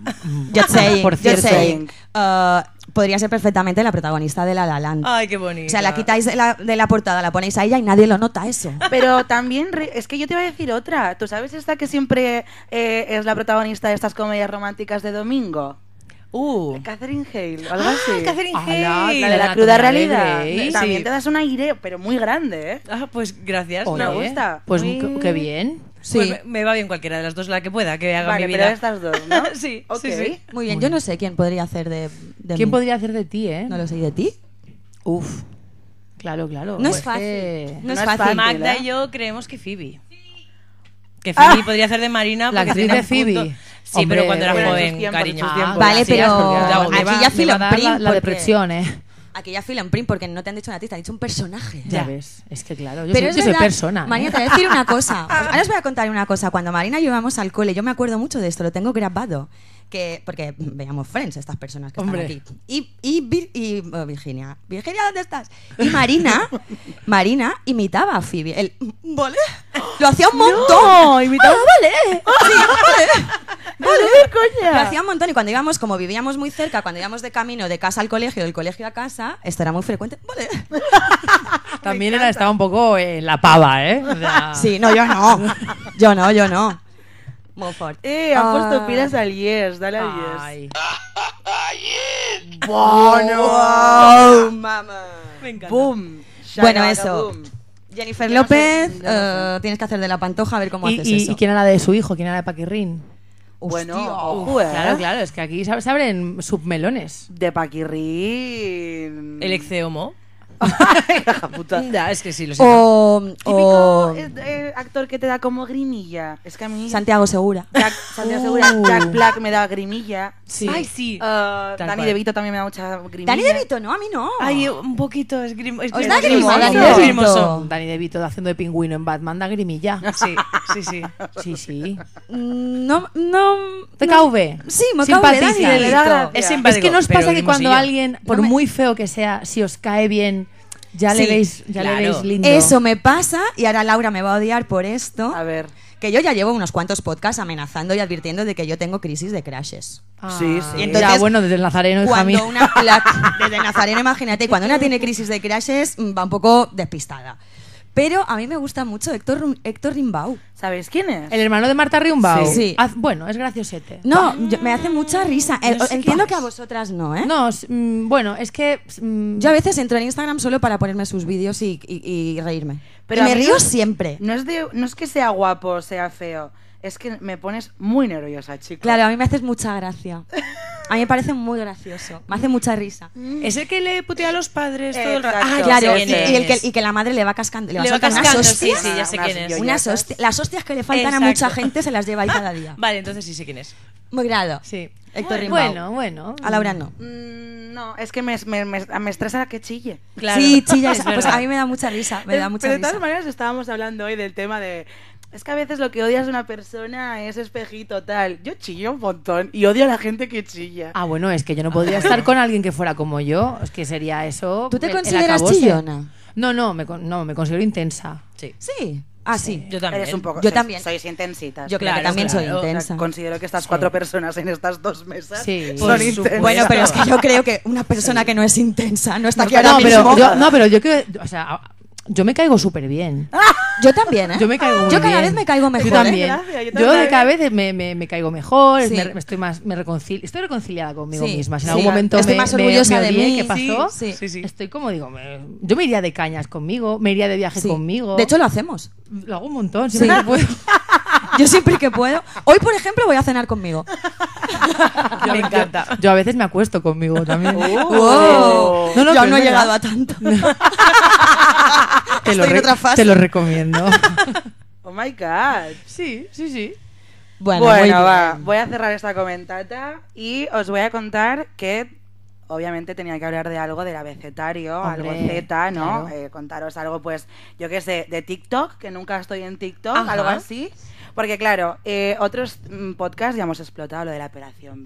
Speaker 1: Just saying,
Speaker 4: Por
Speaker 1: just
Speaker 4: cierto.
Speaker 1: saying. Uh, podría ser perfectamente la protagonista de La La Land.
Speaker 4: Ah,
Speaker 3: Ay, qué bonito.
Speaker 1: o sea, la quitáis de la, de la portada, la ponéis a ella y nadie lo nota eso.
Speaker 2: Pero también, re- es que yo te iba a decir otra. ¿Tú sabes esta que siempre eh, es la protagonista de estas comedias románticas de domingo?
Speaker 3: Uh.
Speaker 4: Ah,
Speaker 2: Catherine Hale, o algo así.
Speaker 3: Ah, Catherine
Speaker 4: Ala,
Speaker 3: Hale.
Speaker 2: La de la
Speaker 4: Anatomía
Speaker 2: cruda
Speaker 4: de
Speaker 2: realidad.
Speaker 4: Grey,
Speaker 2: También
Speaker 3: sí.
Speaker 2: te das un aire, pero muy
Speaker 3: [LAUGHS]
Speaker 2: grande, ¿eh?
Speaker 3: Ah, pues gracias.
Speaker 4: Ole,
Speaker 2: me gusta.
Speaker 4: Pues
Speaker 2: Muy-
Speaker 4: qué- qué bien.
Speaker 1: Sí.
Speaker 3: Pues me, me va bien cualquiera de las dos, la que pueda, que haga
Speaker 2: Vale,
Speaker 3: mi
Speaker 2: pero
Speaker 3: vida.
Speaker 2: estas dos, ¿no?
Speaker 3: [LAUGHS] sí,
Speaker 2: Ok.
Speaker 3: sí, sí.
Speaker 1: Muy bien, yo no sé quién podría hacer de, de
Speaker 4: ¿Quién
Speaker 1: mí.
Speaker 4: podría hacer de ti, eh?
Speaker 1: No lo sé, ¿y de ti?
Speaker 4: Uf. Claro, claro.
Speaker 1: No es
Speaker 4: que-
Speaker 1: fácil. No es
Speaker 2: No es
Speaker 1: fácil.
Speaker 2: fácil.
Speaker 3: Magda
Speaker 2: ¿eh?
Speaker 3: y yo creemos que Phoebe. Que Phoebe podría hacer de Marina.
Speaker 4: Ah. La
Speaker 3: porque
Speaker 4: actriz
Speaker 3: tiene
Speaker 4: de
Speaker 3: un punto-
Speaker 4: Phoebe.
Speaker 3: Sí,
Speaker 4: Hombre, Ah,
Speaker 3: pero cuando era
Speaker 2: bueno, en sus
Speaker 3: joven,
Speaker 2: tiempos, en sus
Speaker 3: cariño.
Speaker 2: tiempos.
Speaker 1: Vale,
Speaker 4: gracias,
Speaker 1: pero
Speaker 4: porque, vamos,
Speaker 1: aquí
Speaker 4: me va-
Speaker 1: ya
Speaker 4: me va a
Speaker 1: filo en
Speaker 4: dar la,
Speaker 1: prim,
Speaker 4: la
Speaker 1: porque-
Speaker 4: depresión, eh.
Speaker 1: Aquí ya fila en print porque no te han dicho una artista, te han dicho un personaje.
Speaker 4: Ya.
Speaker 3: Ya.
Speaker 4: ves, es que claro, yo,
Speaker 1: Pero
Speaker 4: soy,
Speaker 1: es
Speaker 4: yo soy
Speaker 1: verdad,
Speaker 4: persona. ¿eh?
Speaker 1: Marina, te voy a decir una cosa. Os- Ahora os voy a contar una cosa. Cuando Marina y yo íbamos al cole, yo me acuerdo mucho de esto, lo tengo grabado. Que, porque veíamos Friends, estas personas que
Speaker 4: Hombre.
Speaker 1: están aquí. Y, y Vir- y, oh, Virginia. Virginia, ¿dónde estás? Y Marina, Marina imitaba a Phoebe. El, ¿Vale? Lo hacía un montón.
Speaker 2: No, imitaba-
Speaker 1: Ah, vale. Sí, vale.
Speaker 2: ¡Qué coña!
Speaker 1: Lo hacía un montón y cuando íbamos, como vivíamos muy cerca, cuando íbamos de camino de casa al colegio, del colegio a casa, esto era muy frecuente. Vale.
Speaker 4: También era, estaba un poco eh, en la pava, ¿eh? O
Speaker 2: Ah.
Speaker 4: sea,
Speaker 1: Sí, no, yo no. Yo no, yo no. Muy fuerte.
Speaker 2: Eh, han puesto
Speaker 1: Ah.
Speaker 2: pilas al Yes, dale al Yes.
Speaker 4: ay.
Speaker 1: Wow, mamá.
Speaker 3: Me encanta.
Speaker 2: ¡Boom!
Speaker 1: Bueno,
Speaker 2: Shakalaka,
Speaker 1: eso.
Speaker 2: boom.
Speaker 1: Jennifer
Speaker 2: Yo no sé,
Speaker 1: López,
Speaker 2: yo no sé.
Speaker 1: eh, tienes que hacer de la pantoja a ver cómo
Speaker 4: ¿Y,
Speaker 1: haces
Speaker 4: y-
Speaker 1: eso.
Speaker 4: y quién era la de su hijo? ¿Quién era la de Paquirrín?
Speaker 2: Bueno,
Speaker 1: Hostia.
Speaker 2: ojo, ¿eh?
Speaker 4: Claro, claro, es que aquí se ab- se abren submelones.
Speaker 2: De Paquirrín. [LAUGHS]
Speaker 3: El exceomo.
Speaker 2: Hija
Speaker 3: [LAUGHS]
Speaker 2: puta.
Speaker 3: Da, es que
Speaker 4: Oh,
Speaker 3: sí, lo siento.
Speaker 1: O, o Oh.
Speaker 2: Típico eh, eh, actor que te da como grinilla. Es que a mí.
Speaker 1: Santiago
Speaker 2: [LAUGHS]
Speaker 1: Segura.
Speaker 2: Jack, Santiago Segura,
Speaker 4: Uh.
Speaker 2: Jack Black me da grimilla.
Speaker 4: Sí.
Speaker 3: Ay, sí.
Speaker 2: Uh,
Speaker 3: Tal
Speaker 2: Dani
Speaker 3: cual.
Speaker 2: DeVito también me da mucha grimilla.
Speaker 1: Dani DeVito, no, a mí no.
Speaker 3: Ay, un poquito es grimo- es
Speaker 1: Os da
Speaker 3: grimoso.
Speaker 1: grima, Dani
Speaker 3: Es
Speaker 1: DeVito.
Speaker 3: grimoso.
Speaker 4: Dani DeVito haciendo de pingüino en Batman
Speaker 1: [LAUGHS]
Speaker 4: da grimilla.
Speaker 3: Sí, sí, [LAUGHS] sí.
Speaker 4: Sí, sí.
Speaker 1: Mm, No, no.
Speaker 4: TKV.
Speaker 1: Sí, me acabo de
Speaker 4: Simpatiza.
Speaker 1: Dani DeVito.
Speaker 2: Es
Speaker 3: Es,
Speaker 4: Es que
Speaker 3: simpático,
Speaker 4: no os
Speaker 3: pero
Speaker 4: pasa que cuando
Speaker 3: grimosillo.
Speaker 4: alguien, por
Speaker 1: No me-
Speaker 4: muy feo que sea, si os cae bien, ya le
Speaker 1: Sí,
Speaker 4: veis, ya le
Speaker 3: claro.
Speaker 4: veis lindo.
Speaker 1: Eso me pasa y ahora Laura me va a odiar por esto.
Speaker 2: A ver.
Speaker 1: Que yo ya llevo unos cuantos podcasts amenazando y advirtiendo de que yo tengo crisis de crashes.
Speaker 4: Ah.
Speaker 2: Sí, sí.
Speaker 1: Y entonces-
Speaker 4: ya, bueno, desde el Nazareno, hija mía.
Speaker 1: Cuando una la- [LAUGHS] desde Nazareno, imagínate, cuando una tiene crisis de crashes mm, va un poco despistada. Pero a mí me gusta mucho Héctor, Rum- Héctor Rimbau.
Speaker 2: ¿Sabéis quién es?
Speaker 4: [LAUGHS] El hermano de Marta Riumbau.
Speaker 1: Sí. Sí.
Speaker 4: Haz- bueno, es graciosete.
Speaker 1: No, yo- me hace mucha risa. Eh,
Speaker 4: No sé
Speaker 1: Entiendo
Speaker 4: quién
Speaker 1: que a
Speaker 4: es.
Speaker 1: vosotras no, ¿eh?
Speaker 4: No, s- mm, bueno, es que. mm,
Speaker 1: Yo a veces entro en Instagram solo para ponerme sus vídeos y, y- y reírme.
Speaker 2: Pero
Speaker 1: Y
Speaker 2: a
Speaker 1: me
Speaker 2: mí
Speaker 1: río
Speaker 2: no-
Speaker 1: siempre.
Speaker 2: No es, de, no es que sea guapo o sea feo. Es que me pones muy nerviosa, chico.
Speaker 1: Claro, a mí me haces mucha gracia. A mí me parece muy gracioso. Me hace mucha risa.
Speaker 3: Es el que le putea a los padres todo el rato. Ah,
Speaker 2: Exacto.
Speaker 1: Claro,
Speaker 2: sí,
Speaker 1: y,
Speaker 2: sí,
Speaker 1: y el que, y que la madre le va cascando. Le va,
Speaker 3: Le va
Speaker 1: soltando unas
Speaker 3: cascando, sí,
Speaker 1: hostias.
Speaker 3: sí, ya sé
Speaker 2: Unas
Speaker 3: quién es.
Speaker 2: yo-
Speaker 1: Unas
Speaker 2: Yoyazas.
Speaker 1: hostias. Las hostias que le faltan a
Speaker 3: Exacto.
Speaker 1: mucha gente se las lleva ahí cada
Speaker 3: [LAUGHS]
Speaker 1: día.
Speaker 3: Vale, entonces sí sé quién es.
Speaker 1: Muy grado.
Speaker 4: Sí.
Speaker 1: Héctor Rimbau.
Speaker 4: Bueno, bueno.
Speaker 1: A Laura no.
Speaker 2: Mm, no, es que me, me, me, me estresa que chille.
Speaker 3: Claro.
Speaker 1: Sí, chillas.
Speaker 3: Es
Speaker 1: Pues
Speaker 3: verdad.
Speaker 1: a mí me da mucha risa. Me
Speaker 2: Eh,
Speaker 1: da mucha
Speaker 2: Pero de
Speaker 1: risa.
Speaker 2: todas maneras estábamos hablando hoy del tema de... Es que a veces lo que odias de una persona es espejito tal. Yo chillo un montón y odio a la gente que chilla.
Speaker 4: Ah, bueno, es que yo no podría estar con alguien que fuera como yo. Es que sería eso.
Speaker 1: ¿Tú te
Speaker 4: el- el
Speaker 1: consideras
Speaker 4: acabose.
Speaker 1: chillona?
Speaker 4: No, no me, con- no, me considero intensa.
Speaker 3: Sí.
Speaker 1: Sí. Ah, sí.
Speaker 3: Yo también.
Speaker 2: Eres un poco...
Speaker 1: Yo
Speaker 2: sois-
Speaker 1: también.
Speaker 2: Sois intensitas.
Speaker 1: Yo creo que
Speaker 3: Claro,
Speaker 1: también soy
Speaker 3: claro. O sea,
Speaker 1: intensa.
Speaker 2: Considero que estas cuatro personas en estas dos mesas
Speaker 4: Sí.
Speaker 2: son
Speaker 4: Por
Speaker 2: intensas.
Speaker 4: supuesto.
Speaker 1: Bueno, pero es que yo creo que una persona que no es intensa no está aquí ahora
Speaker 4: no,
Speaker 1: mismo.
Speaker 4: pero yo, no, pero yo creo. O sea, yo me caigo súper bien.
Speaker 1: [LAUGHS] Yo también, ¿eh?
Speaker 4: Yo me caigo muy
Speaker 1: Yo cada
Speaker 4: bien.
Speaker 1: vez me caigo mejor. ¿eh?
Speaker 4: Yo también.
Speaker 2: Gracias, yo
Speaker 4: yo,
Speaker 2: también.
Speaker 4: de cada vez me, me- me caigo mejor,
Speaker 1: Sí.
Speaker 4: me, me estoy más me reconcil- estoy reconciliada conmigo
Speaker 1: Sí,
Speaker 4: misma. Si en
Speaker 1: sí.
Speaker 4: algún momento
Speaker 1: Estoy
Speaker 4: me,
Speaker 1: más
Speaker 4: me-
Speaker 1: orgullosa
Speaker 4: me
Speaker 1: de
Speaker 4: odié,
Speaker 1: mí,
Speaker 4: ¿qué pasó?
Speaker 1: sí,
Speaker 3: sí, sí.
Speaker 4: Estoy como digo, me- yo me iría de cañas conmigo, me iría de viaje
Speaker 1: Sí.
Speaker 4: conmigo.
Speaker 1: De hecho, lo hacemos.
Speaker 4: lo hago un montón, siempre que puedo.
Speaker 1: [LAUGHS] Yo siempre que puedo. Hoy, por ejemplo, voy a cenar conmigo.
Speaker 4: [LAUGHS]
Speaker 3: Me encanta.
Speaker 4: Yo a veces me acuesto conmigo también.
Speaker 1: Uh, ¡Wow!
Speaker 4: No, no,
Speaker 1: yo
Speaker 4: pero
Speaker 1: aún [LAUGHS] no he
Speaker 4: es verdad.
Speaker 1: llegado a tanto.
Speaker 4: te, lo
Speaker 1: Estoy en otra fase.
Speaker 4: te
Speaker 1: [LAUGHS]
Speaker 4: lo recomiendo.
Speaker 2: Oh my god.
Speaker 4: sí, sí, sí.
Speaker 1: Bueno, muy bien.
Speaker 2: Bueno, va. Voy a cerrar esta comentata y os voy a contar que obviamente tenía que hablar de algo del abecetario,
Speaker 4: Hombre,
Speaker 2: algo Z, ¿no?
Speaker 4: claro.
Speaker 2: Eh, contaros algo, pues, yo qué sé, de TikTok, que nunca estoy en TikTok,
Speaker 4: Ajá.
Speaker 2: algo así. Porque claro, eh, otros mm, podcasts ya hemos explotado lo de la operación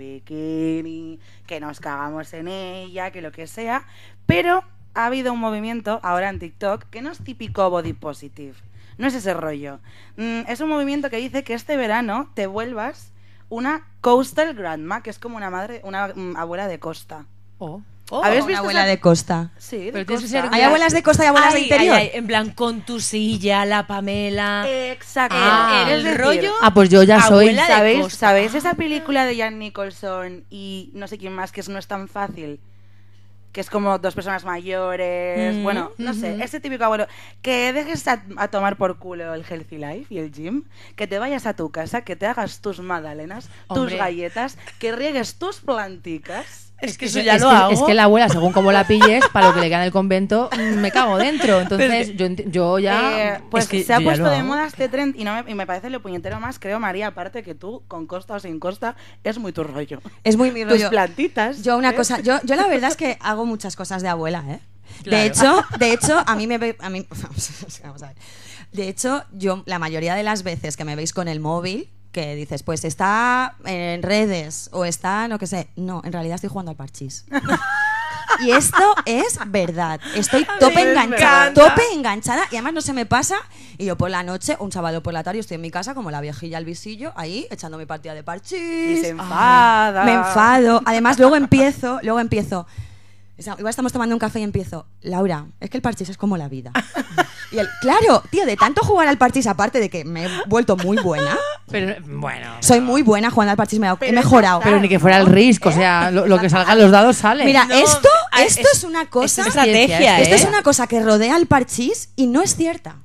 Speaker 2: bikini, que nos cagamos en ella, que lo que sea, pero ha habido un movimiento ahora en TikTok que no es típico body positive, no es ese rollo. Mm, es un movimiento que dice que este verano te vuelvas una coastal grandma, que es como una madre, una mm, abuela de costa.
Speaker 4: Oh,
Speaker 3: Oh,
Speaker 2: ¿Habéis
Speaker 1: Una
Speaker 2: visto
Speaker 1: abuela
Speaker 2: esa-
Speaker 1: de costa.
Speaker 2: Sí, de
Speaker 3: Pero tienes que
Speaker 2: costa.
Speaker 3: ser-
Speaker 1: Hay abuelas de costa y abuelas de
Speaker 3: Ay,
Speaker 1: interior.
Speaker 3: ay, ay, en plan, con tu silla, la Pamela.
Speaker 2: Exacto. Eh,
Speaker 4: Ah.
Speaker 2: Es
Speaker 3: el
Speaker 2: decir,
Speaker 3: rollo.
Speaker 4: Ah, pues yo ya soy.
Speaker 3: Abuela de
Speaker 2: ¿Sabéis,
Speaker 3: costa. Ah.
Speaker 2: ¿sabéis esa película de Jan Nicholson y no sé quién más que es No es tan fácil? Que es como dos personas mayores.
Speaker 3: Mm,
Speaker 2: bueno, no sé, ese típico abuelo. Que dejes a, a tomar por culo el healthy life y el gym. Que te vayas a tu casa, que te hagas tus magdalenas,
Speaker 3: Hombre.
Speaker 2: tus galletas, que riegues tus planticas.
Speaker 3: Es que eso ya lo
Speaker 4: que-
Speaker 3: hago.
Speaker 4: es que la abuela, según como la pilles, para lo que le queda en el convento, mm, me
Speaker 3: [LAUGHS]
Speaker 4: cago dentro. Entonces, yo, enti- yo ya.
Speaker 2: Eh, pues
Speaker 3: es que
Speaker 2: se ha
Speaker 3: yo ya
Speaker 2: puesto
Speaker 3: lo
Speaker 2: de
Speaker 3: hago.
Speaker 2: moda este trend y, no me, y me parece lo puñetero más, creo, María, aparte que tú, con costa o sin costa, es muy tu rollo.
Speaker 1: Es muy mi
Speaker 2: Tus
Speaker 1: rollo.
Speaker 2: plantitas.
Speaker 1: Yo una
Speaker 2: ¿eh?
Speaker 1: cosa, yo, yo la verdad es que hago muchas cosas de abuela, ¿eh?
Speaker 3: Claro.
Speaker 1: De hecho, de hecho, a mí me ve- a mí, [LAUGHS] vamos a ver. De hecho, yo la mayoría de las veces que me veis con el móvil, que dices, pues está en redes o está, no que sé, no, en realidad estoy jugando al
Speaker 2: [LAUGHS]
Speaker 1: parchís. Y esto es verdad. Estoy tope
Speaker 2: es
Speaker 1: enganchada,
Speaker 2: verdad.
Speaker 1: tope enganchada y además no se me pasa. Y yo por la noche, un sábado por la tarde, estoy en mi casa como la viejilla al visillo, ahí echando mi partida de parchís.
Speaker 2: Y se enfada.
Speaker 1: Me enfado. Además, luego empiezo, luego empiezo. o sea, Igual estamos tomando un café y empiezo. Laura, es que el parchís es como la vida. Y él, claro, tío, de tanto jugar al parchís, aparte de que me he vuelto muy buena,
Speaker 4: Pero, bueno.
Speaker 1: soy muy buena jugando al parchís, me he dado- he
Speaker 2: Pero eso
Speaker 1: mejorado.
Speaker 2: está-
Speaker 4: Pero ni que fuera el risco, o sea, lo, lo que salgan los dados sale.
Speaker 1: Mira,
Speaker 3: No,
Speaker 1: esto,
Speaker 3: ah,
Speaker 1: esto
Speaker 3: es-
Speaker 1: es, una cosa.
Speaker 3: es estrategia,
Speaker 1: Esto
Speaker 3: ¿eh?
Speaker 1: es una cosa que rodea al parchís y no es cierta.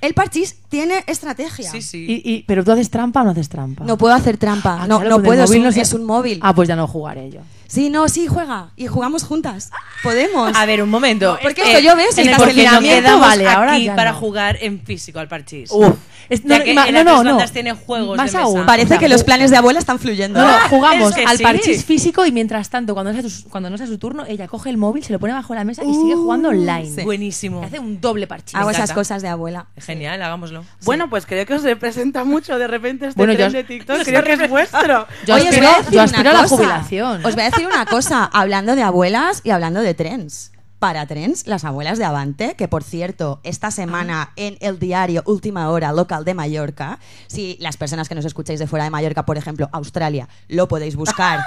Speaker 1: El parchís tiene estrategia.
Speaker 3: Sí, sí.
Speaker 4: Y- y- pero tú haces trampa o no haces trampa.
Speaker 1: No puedo hacer trampa.
Speaker 4: Ah,
Speaker 1: no,
Speaker 4: claro,
Speaker 1: no
Speaker 4: pues
Speaker 1: puedo,
Speaker 4: del
Speaker 1: es
Speaker 4: móvil
Speaker 1: un,
Speaker 4: no se-
Speaker 1: es un móvil.
Speaker 4: Ah, pues ya no jugaré yo.
Speaker 1: Sí, no, sí, juega. Y jugamos juntas. Podemos.
Speaker 3: A ver, un momento.
Speaker 1: No, porque esto yo veo si
Speaker 3: en el
Speaker 1: estás
Speaker 3: confinamiento
Speaker 4: peleando.
Speaker 3: vale,
Speaker 4: Vale, ahora
Speaker 3: aquí
Speaker 4: ya
Speaker 3: para
Speaker 4: no.
Speaker 3: jugar en físico al parchís.
Speaker 4: Uf. Es-
Speaker 3: Ya que
Speaker 4: ima-
Speaker 3: en las tres bandas tiene juegos
Speaker 4: Más
Speaker 3: de
Speaker 4: aún.
Speaker 3: mesa.
Speaker 1: Parece
Speaker 4: O sea,
Speaker 1: que los planes de abuela están fluyendo. [LAUGHS]
Speaker 4: No, no, jugamos
Speaker 3: es que
Speaker 4: al
Speaker 3: sí.
Speaker 4: parchís físico y mientras tanto, cuando no, sea su, cuando no sea su turno, ella coge el móvil, se lo pone bajo la mesa y sigue
Speaker 3: Uh,
Speaker 4: jugando online.
Speaker 3: Buenísimo.
Speaker 4: Hace un doble parchís.
Speaker 1: Hago esas
Speaker 3: encanta.
Speaker 1: cosas de abuela.
Speaker 3: Genial, hagámoslo.
Speaker 2: Bueno, pues creo que os representa mucho de repente este
Speaker 4: Bueno, yo-
Speaker 2: tren de TikTok. Creo que es vuestro.
Speaker 4: Yo
Speaker 1: Oye, os voy a
Speaker 4: aspiro,
Speaker 1: decir
Speaker 4: yo
Speaker 1: una
Speaker 4: aspiro a la
Speaker 1: cosa.
Speaker 4: jubilación.
Speaker 1: Os voy a decir una cosa, hablando de abuelas y hablando de trens. Para trens, las abuelas de Avante, que por cierto, esta
Speaker 4: Ah.
Speaker 1: semana en el diario Última Hora Local de Mallorca, si las personas que nos escucháis de fuera de Mallorca, por ejemplo, Australia, lo podéis
Speaker 4: [LAUGHS]
Speaker 1: buscar,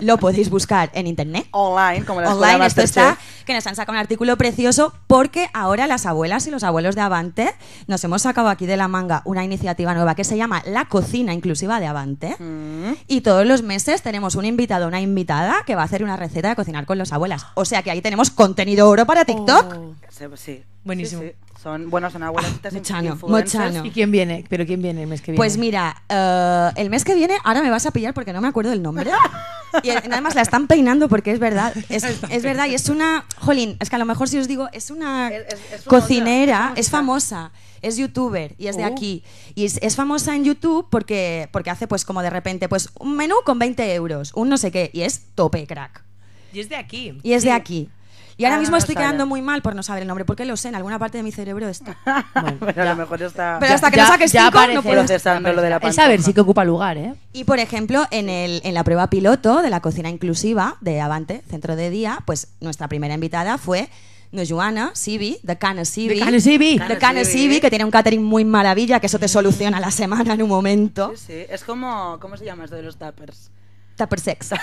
Speaker 1: lo podéis buscar en internet.
Speaker 2: Online, como la escuela
Speaker 1: online, esto está,
Speaker 2: Masterchef.
Speaker 1: que nos han sacado un artículo precioso porque ahora las abuelas y los abuelos de Avante nos hemos sacado aquí de la manga una iniciativa nueva que se llama La Cocina Inclusiva de Avante
Speaker 2: Mm.
Speaker 1: y todos los meses tenemos un invitado o una invitada que va a hacer una receta de cocinar con los abuelas. O sea que ahí tenemos contenido oro para TikTok.
Speaker 2: Sí, pues sí.
Speaker 3: Buenísimo.
Speaker 2: Sí, sí. Son, bueno, son abuelitas
Speaker 1: Ah,
Speaker 2: influencers.
Speaker 1: Mochano, Mochano.
Speaker 4: ¿Y quién viene? ¿Pero quién viene el mes que viene?
Speaker 1: Pues mira, eh, el mes que viene, ahora me vas a pillar porque no me acuerdo el nombre. Y eh, nada más la están peinando porque es
Speaker 4: [LAUGHS]
Speaker 1: verdad. Es, es verdad y es una. Jolín, es que a lo mejor si os digo, es una
Speaker 2: Es- es- es famosa,
Speaker 1: cocinera,
Speaker 2: es
Speaker 1: es famosa. Es youtuber y es
Speaker 4: Oh.
Speaker 1: de aquí. Y es, es famosa en YouTube porque, porque hace pues como de repente pues un menú con 20 euros, un no sé qué, y es tope crack.
Speaker 3: Y es de aquí.
Speaker 1: Y es de aquí. Y
Speaker 4: Ah,
Speaker 1: ahora
Speaker 2: Ahora
Speaker 1: mismo
Speaker 2: no
Speaker 1: estoy
Speaker 2: sale.
Speaker 1: quedando muy mal por no saber el nombre, porque lo sé, en alguna parte de mi cerebro está.
Speaker 2: [LAUGHS]
Speaker 4: Bueno,
Speaker 2: Pero a lo mejor está
Speaker 1: Pero
Speaker 2: ya
Speaker 1: hasta que
Speaker 4: ya-
Speaker 1: no saques
Speaker 4: ya
Speaker 1: cinco, no
Speaker 4: aparecerá.
Speaker 1: puedo
Speaker 2: procesando lo de la
Speaker 4: El
Speaker 2: pantalla.
Speaker 4: saber sí que ocupa lugar, ¿eh?
Speaker 1: Y por ejemplo, en, el, en la prueba piloto de la cocina inclusiva de Avante, centro de día, pues nuestra primera invitada fue no, Joana Sibi, de Cana Sibi.
Speaker 4: De Cana Sibi.
Speaker 1: De Cana Sibi, que tiene un catering muy maravilla, que eso te soluciona la semana en un momento.
Speaker 2: Sí, sí. Es como, ¿cómo se llama esto de los tappers?
Speaker 1: Tupper sex.
Speaker 4: Ah,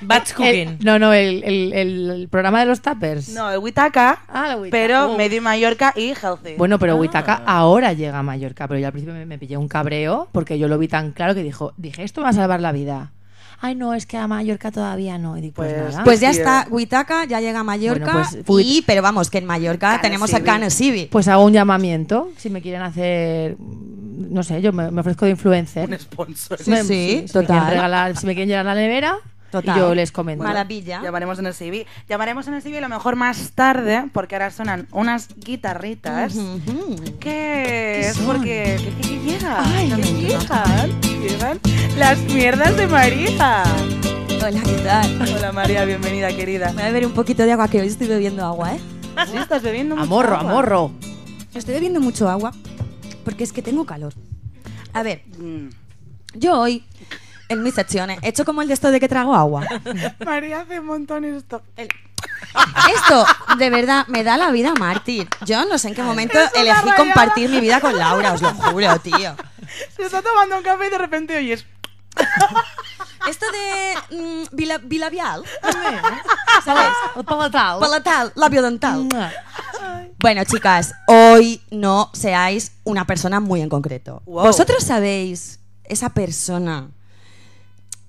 Speaker 3: Batch cooking.
Speaker 4: El- Eh, no, no, el, el- el- el programa de los tappers.
Speaker 2: No, el Witaka,
Speaker 4: Ah, el Witaka.
Speaker 2: pero
Speaker 4: Uh.
Speaker 2: medio Mallorca y healthy.
Speaker 4: Bueno,
Speaker 1: Ah.
Speaker 4: pero Huitaca ahora llega a Mallorca, pero yo al principio me, me pillé un cabreo porque yo lo vi tan claro que dijo, dije, esto me va a salvar la vida. Ay, no, es que a Mallorca todavía no. Y digo, pues,
Speaker 2: Pues-
Speaker 4: nada.
Speaker 1: Pues ya
Speaker 2: Sí,
Speaker 1: está,
Speaker 2: eh.
Speaker 1: Huitaca ya llega a Mallorca.
Speaker 4: Bueno, pues, Huit-
Speaker 1: y, pero vamos, que en Mallorca
Speaker 2: Cana
Speaker 1: tenemos a
Speaker 2: Sibi.
Speaker 1: Cana Sibi.
Speaker 4: Pues hago un llamamiento, si me quieren hacer, mm, no sé, yo me, me ofrezco de influencer.
Speaker 2: un sponsor.
Speaker 1: Sí,
Speaker 4: Me-
Speaker 1: sí,
Speaker 4: si me quieren
Speaker 1: total.
Speaker 4: regalar- si me quieren llenar la nevera,
Speaker 1: Total.
Speaker 4: y yo les comento.
Speaker 1: Maravilla.
Speaker 2: Llamaremos en el CV. Llamaremos en el CV a lo mejor más tarde, porque ahora sonan unas guitarritas. ¿Qué es? Porque ¿qué, qué llega?
Speaker 4: Ay,
Speaker 2: ¿Qué
Speaker 4: no me
Speaker 2: llegan? Llegan las mierdas de María.
Speaker 1: Hola, ¿qué tal?
Speaker 2: Hola María, bienvenida querida.
Speaker 1: Voy a beber un poquito de agua, que hoy estoy bebiendo agua, ¿eh?
Speaker 2: Sí, estás bebiendo mucho
Speaker 4: Amorro,
Speaker 2: agua.
Speaker 4: amorro.
Speaker 1: Estoy bebiendo mucho agua porque es que tengo calor. A ver,
Speaker 2: Mm.
Speaker 1: yo hoy en mis secciones he hecho como el de esto de que trago agua.
Speaker 2: María hace un montón esto. El-
Speaker 1: Esto de verdad me da la vida mártir. Yo no sé en qué momento
Speaker 2: Es una
Speaker 1: elegí
Speaker 2: rayada.
Speaker 1: compartir mi vida con Laura, os lo juro, tío.
Speaker 2: Se está tomando un café y de repente oyes.
Speaker 1: Esto de mm, bila- bilabial,
Speaker 4: [LAUGHS] ¿Sabes? O palatal.
Speaker 1: palatal, labio dental.
Speaker 4: Mua.
Speaker 1: Bueno, chicas, hoy no seáis una persona muy en concreto.
Speaker 2: Wow.
Speaker 1: Vosotros sabéis esa persona.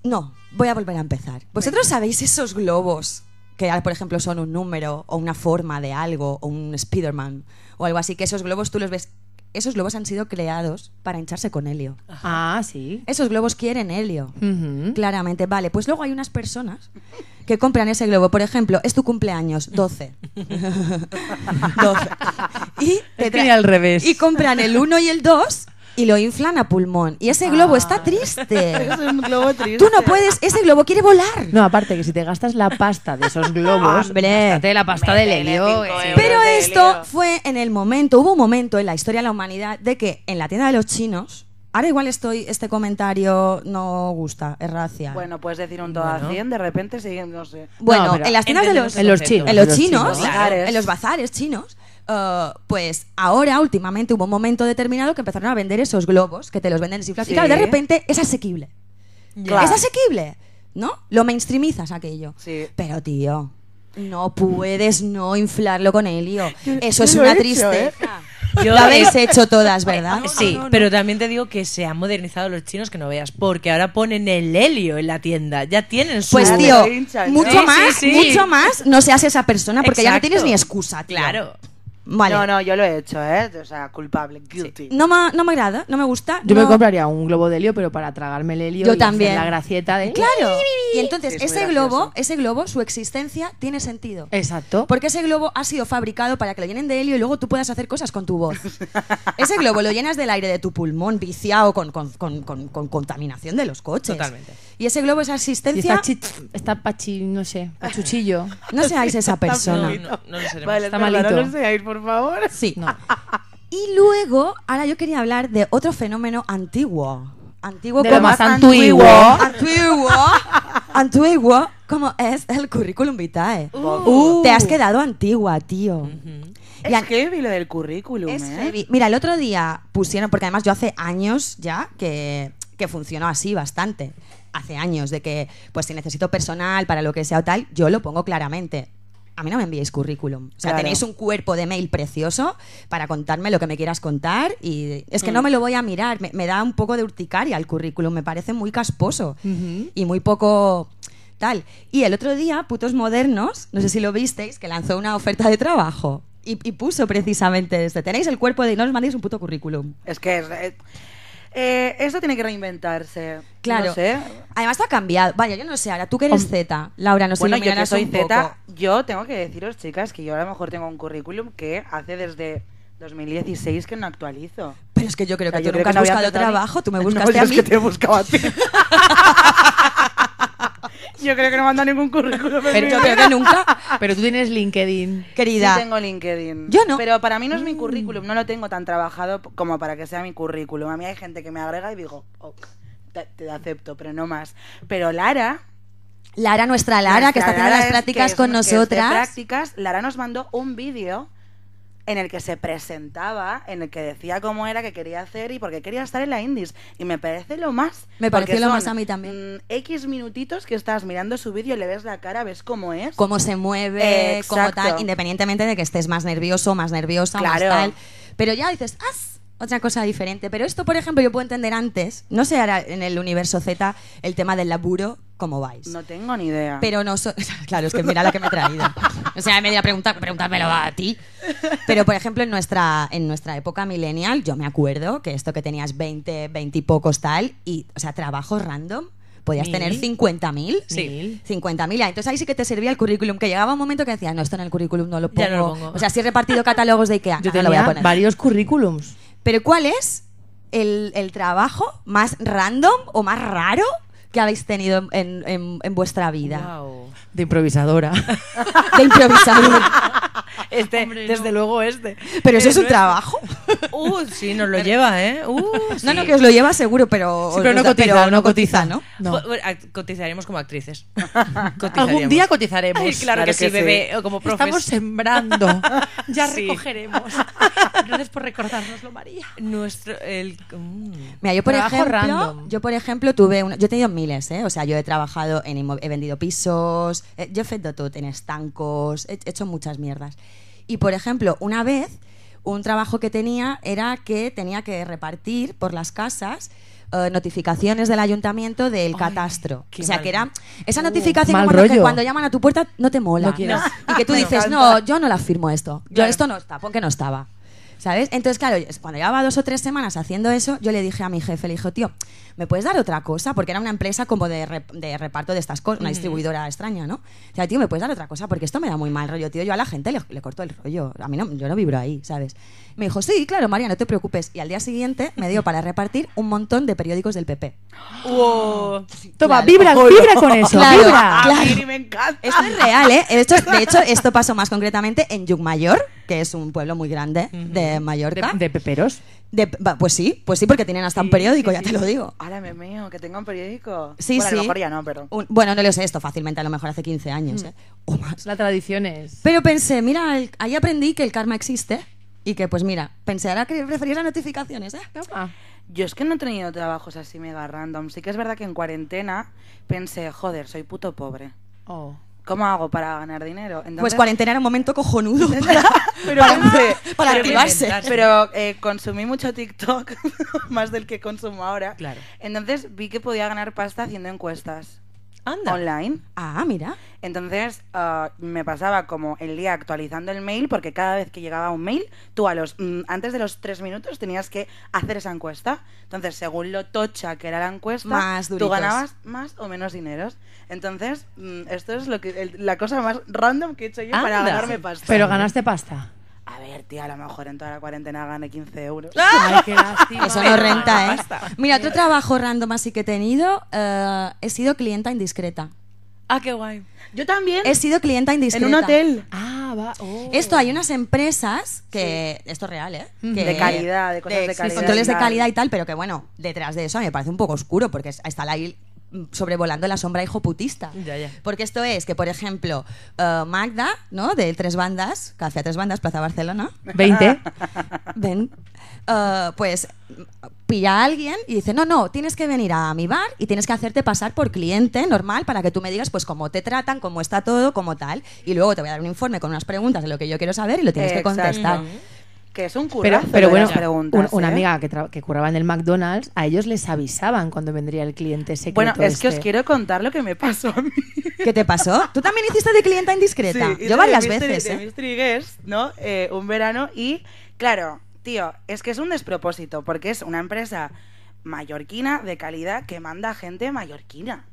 Speaker 1: No, voy a volver a empezar. Vosotros sabéis esos globos que, ah, por ejemplo, son un número o una forma de algo o un Spiderman o algo así, que esos globos tú los ves. Esos globos han sido creados para hincharse con helio.
Speaker 4: Ah, sí.
Speaker 1: Esos globos quieren helio.
Speaker 4: Ujú.
Speaker 1: Claramente, vale. Pues luego hay unas personas que compran ese globo. Por ejemplo, es tu cumpleaños, [LAUGHS] 12. 12. Y, te
Speaker 4: Es que
Speaker 1: tra-
Speaker 4: ni al revés.
Speaker 1: y compran el 1 y el 2 y lo inflan a pulmón. Y ese globo
Speaker 4: Ah.
Speaker 1: está
Speaker 4: [LAUGHS]
Speaker 1: triste.
Speaker 2: Es un globo triste.
Speaker 1: Tú no puedes, ese globo quiere volar.
Speaker 4: No, aparte que si te gastas la pasta
Speaker 1: [LAUGHS]
Speaker 4: de esos globos,
Speaker 1: Hombre.
Speaker 4: gástate la pasta del
Speaker 2: Métele
Speaker 4: helio.
Speaker 2: cinco
Speaker 4: eh.
Speaker 2: euros.
Speaker 1: Pero
Speaker 2: de
Speaker 1: esto
Speaker 2: lío.
Speaker 1: fue en el momento, hubo un momento en la historia de la humanidad de que en la tienda de los chinos, ahora igual estoy, este comentario no gusta, es racial.
Speaker 2: Bueno, puedes decir un todo a 100, de repente sí, no sé.
Speaker 1: Bueno,
Speaker 4: No, pero
Speaker 1: en las tiendas de
Speaker 3: entendemos
Speaker 1: los,
Speaker 4: En los
Speaker 3: concepto.
Speaker 4: chinos.
Speaker 1: en los chinos,
Speaker 2: Claro.
Speaker 1: en los bazares chinos, eh, pues ahora últimamente hubo un momento determinado que empezaron a vender esos globos que te los venden desinflados. Y
Speaker 2: Sí.
Speaker 1: claro, de repente es asequible.
Speaker 2: Claro.
Speaker 1: Es asequible, ¿no? Lo mainstreamizas aquello.
Speaker 2: Sí.
Speaker 1: Pero tío, no puedes no inflarlo con helio. Eso es
Speaker 2: yo lo
Speaker 1: una
Speaker 2: he hecho,
Speaker 1: tristeza.
Speaker 3: ¿eh? [LAUGHS] Yo-
Speaker 1: Lo habéis hecho todas, ¿verdad?
Speaker 3: Sí, pero también te digo que se han modernizado los chinos que no veas, porque ahora ponen el helio en la tienda, ya tienen su...
Speaker 1: Pues
Speaker 2: Claro,
Speaker 1: tío,
Speaker 2: lo hinchan,
Speaker 1: mucho
Speaker 3: ¿no? Sí,
Speaker 1: más,
Speaker 3: sí, sí.
Speaker 1: mucho más no seas esa persona porque ya no
Speaker 3: Exacto.
Speaker 1: tienes ni excusa, tío.
Speaker 3: Claro.
Speaker 1: Vale.
Speaker 2: No, no, yo lo he hecho, ¿eh? O sea, culpable, guilty.
Speaker 1: No me, no me agrada, no me gusta.
Speaker 4: Yo
Speaker 1: no-
Speaker 4: me compraría un globo de helio, pero para tragarme el helio
Speaker 1: Yo
Speaker 4: y
Speaker 1: también.
Speaker 4: hacer la gracieta de...
Speaker 1: Claro. Y entonces
Speaker 2: Sí, es muy
Speaker 1: ese
Speaker 2: gracioso.
Speaker 1: globo, ese globo, su existencia tiene sentido.
Speaker 4: Exacto.
Speaker 1: Porque ese globo ha sido fabricado para que lo llenen de helio y luego tú puedas hacer cosas con tu voz.
Speaker 2: [LAUGHS]
Speaker 1: Ese globo lo llenas del aire de tu pulmón viciado con, con- con- con- con contaminación de los coches.
Speaker 3: Totalmente.
Speaker 1: Y ese globo, esa
Speaker 4: Y está,
Speaker 1: existencia,
Speaker 4: chi- está pachi, no sé,
Speaker 1: Ah.
Speaker 4: pachuchillo.
Speaker 1: no seáis esa
Speaker 3: No,
Speaker 1: persona.
Speaker 3: no, no lo seremos.
Speaker 2: Vale,
Speaker 4: está
Speaker 2: Perla, no
Speaker 4: malito.
Speaker 2: lo seáis, por favor.
Speaker 1: Sí.
Speaker 4: No.
Speaker 1: Y luego, ahora yo quería hablar de otro fenómeno antiguo. Antiguo
Speaker 4: De
Speaker 1: como
Speaker 4: lo más
Speaker 2: antiguo.
Speaker 1: antiguo,
Speaker 4: antiguo.
Speaker 1: antiguo como es el currículum vitae.
Speaker 2: Uh.
Speaker 1: Te has quedado antigua, tío. Y
Speaker 2: Es
Speaker 1: an-
Speaker 2: heavy lo del currículum,
Speaker 1: es
Speaker 2: ¿eh?
Speaker 1: heavy. Mira, el otro día pusieron, porque además yo hace años ya que, que funcionó así bastante. Hace años de que, pues si necesito personal para lo que sea o tal, yo lo pongo claramente. A mí no me enviéis currículum. O sea,
Speaker 2: Claro.
Speaker 1: tenéis un cuerpo de mail precioso para contarme lo que me quieras contar y es
Speaker 2: Mm.
Speaker 1: que no me lo voy a mirar. Me, me da un poco de urticaria el currículum. Me parece muy casposo y muy poco tal. Y el otro día, Putos Modernos, no sé si lo visteis, que lanzó una oferta de trabajo y, y puso precisamente este. Tenéis el cuerpo de no os mandéis un puto currículum.
Speaker 2: Es que es... eh, eh, esto tiene que reinventarse.
Speaker 1: Claro.
Speaker 2: No sé.
Speaker 1: Además está cambiado. Vaya, yo no sé, ahora tú que eres Z, Laura, nos
Speaker 2: bueno, yo que
Speaker 1: iluminarás
Speaker 2: soy
Speaker 1: un poco.
Speaker 2: Z, yo tengo que deciros, chicas, que yo a lo mejor tengo un currículum que hace desde 2016 que no actualizo.
Speaker 1: Pero es que yo creo
Speaker 2: O sea,
Speaker 1: que
Speaker 2: yo
Speaker 1: tú
Speaker 2: creo
Speaker 1: nunca
Speaker 2: que no
Speaker 1: has
Speaker 2: había
Speaker 1: buscado
Speaker 2: pensado ni-
Speaker 1: trabajo, tú me
Speaker 2: [LAUGHS] No,
Speaker 1: buscaste
Speaker 2: yo
Speaker 1: a
Speaker 2: es
Speaker 1: mí.
Speaker 2: que te he buscado a ti.
Speaker 1: [LAUGHS]
Speaker 2: yo creo que no manda ningún currículum. en
Speaker 1: Pero
Speaker 2: mi
Speaker 1: yo
Speaker 2: vida.
Speaker 1: creo que
Speaker 2: [LAUGHS]
Speaker 1: nunca,
Speaker 4: Pero tú tienes LinkedIn.
Speaker 1: querida.
Speaker 2: Sí tengo LinkedIn.
Speaker 1: Yo no. Mm.
Speaker 2: Pero para mí no es mi currículum, no lo tengo tan trabajado p- como para que sea mi currículum. A mí hay gente que me agrega y digo, ok, te, te acepto, pero no más. Pero Lara...
Speaker 1: Lara, nuestra Lara, que está
Speaker 2: nuestra
Speaker 1: haciendo
Speaker 2: Lara
Speaker 1: las
Speaker 2: es-
Speaker 1: prácticas
Speaker 2: que es-
Speaker 1: con
Speaker 2: que es de
Speaker 1: nosotras.
Speaker 2: prácticas, Lara nos mandó un vídeo en el que se presentaba, en el que decía cómo era que quería hacer y por qué quería estar en la Indies. Y me parece lo más.
Speaker 1: Me
Speaker 2: porque
Speaker 1: pareció lo
Speaker 2: son,
Speaker 1: más a mí también.
Speaker 2: mm, X minutitos que estás mirando su vídeo, le ves la cara, ves cómo es.
Speaker 1: cómo se mueve,
Speaker 2: Exacto.
Speaker 1: cómo tal, independientemente de que estés más nervioso, más nerviosa, más
Speaker 2: Claro.
Speaker 1: tal. Pero ya dices, ¡as! Otra cosa diferente. Pero esto, por ejemplo, yo puedo entender antes, no sé ahora en el universo Z, el tema del laburo, cómo vais.
Speaker 2: No tengo ni idea.
Speaker 1: Pero no so- [LAUGHS] Claro, es que mira la que me he traído. O sea, me voy a preguntar, preguntármelo a ti. Pero, por ejemplo, en nuestra, en nuestra época millennial, yo me acuerdo que esto que tenías 20, 20 y pocos tal, y, o sea, trabajos random, podías
Speaker 4: Mil.
Speaker 1: tener 50.000.
Speaker 3: Sí.
Speaker 1: 50.000. ya. Ah, Entonces ahí sí que te servía el currículum, que llegaba un momento que decía, no, esto en el currículum no lo pongo.
Speaker 3: Ya no lo pongo.
Speaker 1: O sea, sí he repartido catálogos de Ikea,
Speaker 4: Yo
Speaker 1: Ah, no, no lo voy a
Speaker 4: tenía
Speaker 1: poner.
Speaker 4: varios currículums.
Speaker 1: Pero ¿cuál es el, el trabajo más random o más raro que habéis tenido en, en- en vuestra vida?
Speaker 3: Guau.
Speaker 1: [LAUGHS]
Speaker 4: De improvisadora. [LAUGHS]
Speaker 1: De improvisador.
Speaker 3: Este,
Speaker 4: Hombre, no.
Speaker 3: desde luego este.
Speaker 1: Pero eso es un
Speaker 3: no
Speaker 1: trabajo.
Speaker 3: Uh, sí, nos lo lleva, ¿eh? Uh,
Speaker 1: No,
Speaker 3: sí.
Speaker 1: no, que os lo lleva seguro, pero.
Speaker 4: Sí, pero
Speaker 1: os
Speaker 4: no
Speaker 1: da-
Speaker 4: cotiza, no cotiza.
Speaker 1: ¿no?
Speaker 4: No.
Speaker 3: Bu- bueno, act- Cotizaríamos como
Speaker 1: [LAUGHS]
Speaker 3: actrices.
Speaker 4: Algún
Speaker 3: Cotizaríamos.
Speaker 4: día cotizaremos.
Speaker 3: Ay, claro,
Speaker 2: Claro
Speaker 3: que,
Speaker 2: que
Speaker 3: sí,
Speaker 2: sí.
Speaker 3: bebé, o como profes.
Speaker 4: Estamos sembrando. Ya
Speaker 3: Sí.
Speaker 4: recogeremos. Gracias por recordárnoslo, María.
Speaker 3: Nuestro, el, mm.
Speaker 1: Mira, yo por
Speaker 4: Trabajo
Speaker 1: ejemplo,
Speaker 4: random.
Speaker 1: yo por ejemplo tuve una, yo he tenido miles, ¿eh? O sea, yo he trabajado en inmo- he vendido pisos, eh, yo he hecho de todo, en estancos, he he hecho muchas mierdas. Y por ejemplo, una vez un trabajo que tenía era que tenía que repartir por las casas eh, notificaciones del ayuntamiento del catastro.
Speaker 3: qué
Speaker 1: O sea,
Speaker 3: mal.
Speaker 1: que era esa notificación
Speaker 4: mal
Speaker 1: como la que
Speaker 4: rollo.
Speaker 1: cuando llaman a tu puerta no te mola.
Speaker 4: No quieres.
Speaker 1: Y que tú
Speaker 2: Me
Speaker 1: dices,
Speaker 2: encanta.
Speaker 1: no, yo no la firmo esto. Yo
Speaker 3: Claro.
Speaker 1: esto no está, porque no estaba. ¿Sabes? Entonces, claro, es- cuando llevaba dos o tres semanas haciendo eso, yo le dije a mi jefe, le dije, tío, ¿me puedes dar otra cosa? Porque era una empresa como de, rep- de reparto de estas cosas, una distribuidora extraña, ¿no? O sea, tío, ¿me puedes dar otra cosa? Porque esto me da muy mal rollo, tío. Yo a la gente le, le corto el rollo. A mí no, yo no vibro ahí, ¿sabes? Me dijo, sí, claro, María, no te preocupes. Y al día siguiente me dio para repartir un montón de periódicos del PP.
Speaker 3: Wow.
Speaker 4: Toma,
Speaker 1: Claro.
Speaker 4: vibra, vibra con eso.
Speaker 1: Claro.
Speaker 4: Vibra.
Speaker 1: Claro.
Speaker 2: A mí me encanta.
Speaker 1: Esto es real, ¿eh? De hecho, de hecho, esto pasó más concretamente en Yucmayor, que es un pueblo muy grande de Mallorca.
Speaker 4: De, de peperos.
Speaker 1: De- va, pues sí, pues sí, porque tienen hasta un periódico, ya te lo digo.
Speaker 2: Ahora me meo, que tenga un periódico.
Speaker 1: Sí,
Speaker 2: bueno,
Speaker 1: sí.
Speaker 2: a lo mejor ya no, pero.
Speaker 1: Un- bueno, no lo sé esto fácilmente, a lo mejor hace 15 años, ¿eh? O más.
Speaker 4: La tradición es.
Speaker 1: Pero pensé, mira, el- ahí aprendí que el karma existe y que, pues mira, pensé, ahora que preferir las notificaciones, ¿eh?
Speaker 4: Ah,
Speaker 2: Yo es que no he tenido trabajos así mega random. Sí que es verdad que en cuarentena pensé, joder, soy puto pobre.
Speaker 4: oh.
Speaker 2: ¿Cómo hago para ganar dinero? Entonces,
Speaker 1: Pues cuarentena era un momento cojonudo [LAUGHS] para,
Speaker 2: Pero,
Speaker 1: para, para
Speaker 3: pero
Speaker 1: activarse.
Speaker 3: inventar.
Speaker 2: pero eh, consumí mucho TikTok, [LAUGHS] más del que consumo ahora.
Speaker 3: Claro.
Speaker 2: Entonces vi que podía ganar pasta haciendo encuestas
Speaker 3: Anda.
Speaker 2: online.
Speaker 1: Ah, mira.
Speaker 2: Entonces ah, me pasaba como el día actualizando el mail, porque cada vez que llegaba un mail, tú a los mm, antes de los tres minutos tenías que hacer esa encuesta. Entonces, según lo tocha que era la encuesta,
Speaker 1: Más
Speaker 2: tú
Speaker 1: duritos.
Speaker 2: ganabas más o menos dineros. Entonces, mm, esto es lo que el- la cosa más random que he hecho yo para
Speaker 3: Anda.
Speaker 2: ganarme pasta.
Speaker 4: Pero ganaste pasta.
Speaker 2: A ver, tía, a lo mejor en toda la cuarentena gané 15 euros.
Speaker 4: Ay, qué lástima.
Speaker 1: Eso no renta, ¿eh?
Speaker 3: basta.
Speaker 1: Mira, otro trabajo random así que he tenido, eh, he sido clienta indiscreta.
Speaker 3: Ah, qué guay.
Speaker 2: Yo también.
Speaker 4: Eh,
Speaker 1: He sido clienta
Speaker 2: en
Speaker 1: indiscreta.
Speaker 2: un hotel.
Speaker 4: Ah, va. oh.
Speaker 1: Esto hay unas empresas que esto es real, ¿eh? Que-
Speaker 2: Mm. De calidad, de cosas de calidad
Speaker 1: controles
Speaker 2: y
Speaker 1: de
Speaker 2: tal.
Speaker 1: calidad y tal, pero que bueno, detrás de eso a mí me parece un poco oscuro porque es- está ahí mm, sobrevolando la sombra hijoputista.
Speaker 3: Ya, ya.
Speaker 1: Porque esto es que, por ejemplo, eh, Magda, ¿no? De Tres Bandas, Café a Tres Bandas, Plaza Barcelona,
Speaker 4: 20.
Speaker 1: ven, eh, pues pilla a alguien y dice, no, no, tienes que venir a mi bar y tienes que hacerte pasar por cliente normal para que tú me digas pues cómo te tratan, cómo está todo, cómo tal. Y luego te voy a dar un informe con unas preguntas de lo que yo quiero saber y lo tienes
Speaker 2: Exacto.
Speaker 1: que contestar.
Speaker 2: Que es un
Speaker 4: Pero,
Speaker 2: curazo
Speaker 4: pero
Speaker 2: de
Speaker 4: bueno,
Speaker 2: las preguntas,
Speaker 4: un- una
Speaker 2: ¿eh?
Speaker 4: amiga que, tra- que curraba en el McDonald's, a ellos les avisaban cuando vendría el cliente secreto.
Speaker 2: Bueno, es que os
Speaker 4: este.
Speaker 2: quiero contar lo que me pasó a mí.
Speaker 1: ¿Qué te pasó? Tú también hiciste de clienta indiscreta.
Speaker 2: Sí, hice
Speaker 1: Yo varias
Speaker 2: de Mystery-
Speaker 1: veces.
Speaker 2: de
Speaker 1: ¿eh?
Speaker 2: Mystery Guest, ¿no? Eh, un verano y, claro, tío, es que es un despropósito porque es una empresa mallorquina de calidad que manda gente mallorquina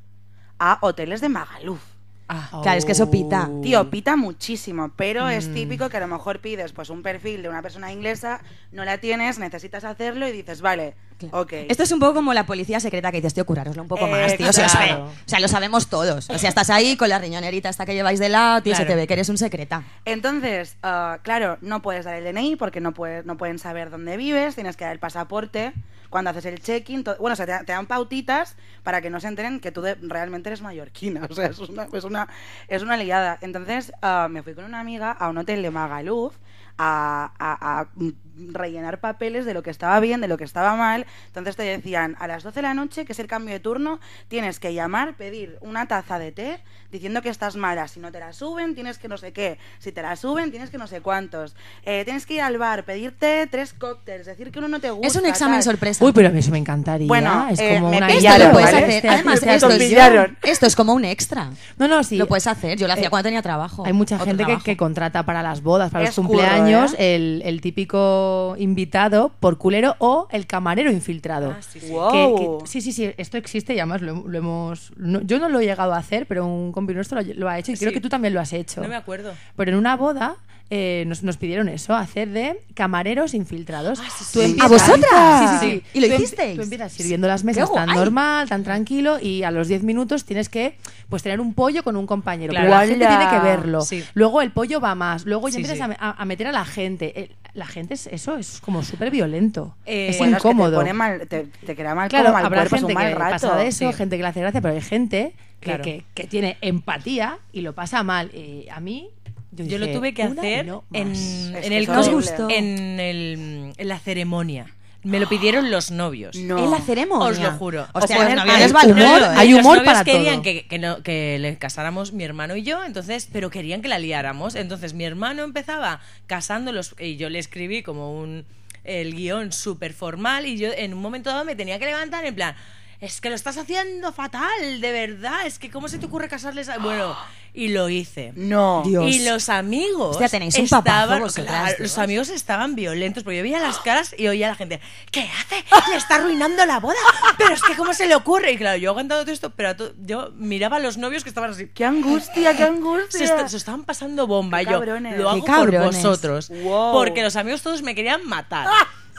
Speaker 2: a hoteles de Magaluf.
Speaker 3: Ah,
Speaker 1: Claro, es que eso pita.
Speaker 4: Oh.
Speaker 2: Tío, pita muchísimo, pero
Speaker 1: Mm.
Speaker 2: es típico que a lo mejor pides pues un perfil de una persona inglesa, no la tienes, necesitas hacerlo y dices, vale,
Speaker 1: Claro.
Speaker 2: ok.
Speaker 1: Esto es un poco como la policía secreta que dices, tío, curároslo un poco más, tío. Se os ve.
Speaker 4: Exacto.
Speaker 1: O sea, lo sabemos todos. O sea, estás ahí con la riñonerita esta que lleváis de lado, tío, se
Speaker 3: Claro.
Speaker 1: te ve que eres un secreta.
Speaker 2: Entonces, ah, claro, no puedes dar el DNI porque no, puedes, no pueden saber dónde vives, tienes que dar el pasaporte cuando haces el check-in. to- Bueno, o sea, te, te dan pautitas para que no se enteren que tú de- realmente eres mallorquina. [LAUGHS] O sea, es una, es una, es una liada. Entonces, ah, me fui con una amiga a un hotel de Magaluf a, a- a, mm, rellenar papeles de lo que estaba bien, de lo que estaba mal. Entonces te decían, a las 12 de la noche, que es el cambio de turno, tienes que llamar, pedir una taza de té diciendo que estás mala. Si no te la suben, tienes que no sé qué. Si te la suben, tienes que no sé cuántos. Eh, tienes que ir al bar, pedirte tres cócteles, decir que uno no te gusta.
Speaker 1: es un examen
Speaker 2: tal.
Speaker 1: sorpresa.
Speaker 4: Uy, pero a mí eso me encantaría.
Speaker 2: Bueno,
Speaker 4: es
Speaker 2: eh,
Speaker 4: como
Speaker 2: me
Speaker 4: una
Speaker 2: pillaron,
Speaker 1: esto
Speaker 4: guía
Speaker 1: lo
Speaker 4: de
Speaker 1: puedes
Speaker 4: valores,
Speaker 1: hacer.
Speaker 4: te
Speaker 1: Además,
Speaker 4: hace-
Speaker 2: me
Speaker 1: esto es,
Speaker 2: pillaron.
Speaker 1: esto es como un extra.
Speaker 4: No, no, sí. Eh,
Speaker 1: Lo puedes hacer. Yo lo hacía cuando tenía trabajo.
Speaker 4: Hay mucha
Speaker 1: Otro
Speaker 4: gente que,
Speaker 1: trabajo.
Speaker 4: que contrata para las bodas, para los
Speaker 2: Es curro,
Speaker 4: cumpleaños,
Speaker 2: ¿eh?
Speaker 4: el, el típico invitado por culero o el camarero infiltrado.
Speaker 3: Ah, sí, sí.
Speaker 2: Wow.
Speaker 4: Que- que- sí, sí, sí, esto existe y además lo, lo hemos... no- yo no lo he llegado a hacer, pero un compi nuestro lo, lo ha hecho y creo
Speaker 3: Sí.
Speaker 4: que tú también lo has hecho.
Speaker 3: No me acuerdo.
Speaker 4: Pero en una boda eh, nos, nos pidieron eso, hacer de camareros infiltrados.
Speaker 3: Ah, sí, sí.
Speaker 4: Tú
Speaker 3: ¿A
Speaker 4: empiezas-
Speaker 1: vosotras?
Speaker 4: Sí, sí, sí.
Speaker 1: ¿Y lo
Speaker 4: Tú em-
Speaker 1: hicisteis?
Speaker 4: Tú empiezas sirviendo las mesas
Speaker 1: ¡Qué
Speaker 4: tan
Speaker 1: guay!
Speaker 4: normal, tan tranquilo, y a los 10 minutos tienes que pues tener un pollo con un compañero.
Speaker 3: Claro.
Speaker 4: Pero la gente
Speaker 2: ¡Guala!
Speaker 4: tiene que verlo.
Speaker 3: Sí.
Speaker 4: Luego el pollo va más. Luego ya
Speaker 3: Sí,
Speaker 4: empiezas
Speaker 3: sí.
Speaker 4: a me- A, a meter a la gente. El- la gente es eso, es como súper violento.
Speaker 3: Eh, bueno,
Speaker 4: es
Speaker 2: Bueno, es que
Speaker 4: incómodo.
Speaker 2: te, pone mal, te, te queda mal
Speaker 4: Claro,
Speaker 2: como al
Speaker 4: habrá
Speaker 2: cuerpo, es
Speaker 4: gente
Speaker 2: un mal
Speaker 4: que
Speaker 2: rato.
Speaker 4: pasa de eso,
Speaker 3: Sí.
Speaker 4: gente que le hace gracia, pero hay gente que,
Speaker 3: Claro.
Speaker 4: que- que tiene empatía y lo pasa mal. Eh, a mí, yo,
Speaker 3: Yo lo
Speaker 4: dije,
Speaker 3: tuve que
Speaker 4: "Una y
Speaker 3: hacer
Speaker 4: no
Speaker 3: en,
Speaker 4: más".
Speaker 2: Es
Speaker 3: en
Speaker 2: que
Speaker 3: el
Speaker 2: es
Speaker 1: ¿No os
Speaker 3: co-
Speaker 2: horrible.
Speaker 1: gustó?
Speaker 3: en el- en la ceremonia. Me lo pidieron los novios.
Speaker 2: No.
Speaker 1: Es la ceremonia.
Speaker 3: Os lo juro.
Speaker 1: Hostia,
Speaker 2: O
Speaker 1: los
Speaker 2: poner
Speaker 1: novios
Speaker 2: al
Speaker 1: les
Speaker 4: humor,
Speaker 1: valen oro, ¿eh?
Speaker 4: hay
Speaker 3: los
Speaker 4: humor
Speaker 3: novios
Speaker 4: para
Speaker 3: querían
Speaker 4: todo.
Speaker 3: Que, que no, que le casáramos mi hermano y yo, entonces, pero querían que la liáramos. Entonces mi hermano empezaba casándolos y yo le escribí como un el guión súper formal y yo en un momento dado me tenía que levantar en plan, es que lo estás haciendo fatal, de verdad, es que cómo se te ocurre casarles a-?" Bueno, y lo hice.
Speaker 2: No.
Speaker 1: Dios.
Speaker 3: Y los amigos.
Speaker 1: Hostia, tenéis un
Speaker 3: estaban-
Speaker 1: papazo vosotras,
Speaker 3: claro,
Speaker 1: Dios.
Speaker 3: los amigos estaban violentos, porque yo veía las caras y oía a la gente, ¿qué hace? Le está arruinando la boda. Pero es que, ¿cómo se le ocurre? Y claro, yo aguantando todo esto, pero a to- yo miraba a los novios que estaban así.
Speaker 2: ¡Qué angustia, qué
Speaker 3: Se,
Speaker 2: angustia!
Speaker 3: esta- se estaban pasando bomba. Y
Speaker 2: Qué
Speaker 3: yo,
Speaker 2: cabrones.
Speaker 3: lo
Speaker 1: Qué
Speaker 3: hago por
Speaker 1: cabrones.
Speaker 3: vosotros.
Speaker 2: Wow.
Speaker 3: Porque los amigos todos me querían
Speaker 1: [LAUGHS]
Speaker 3: matar.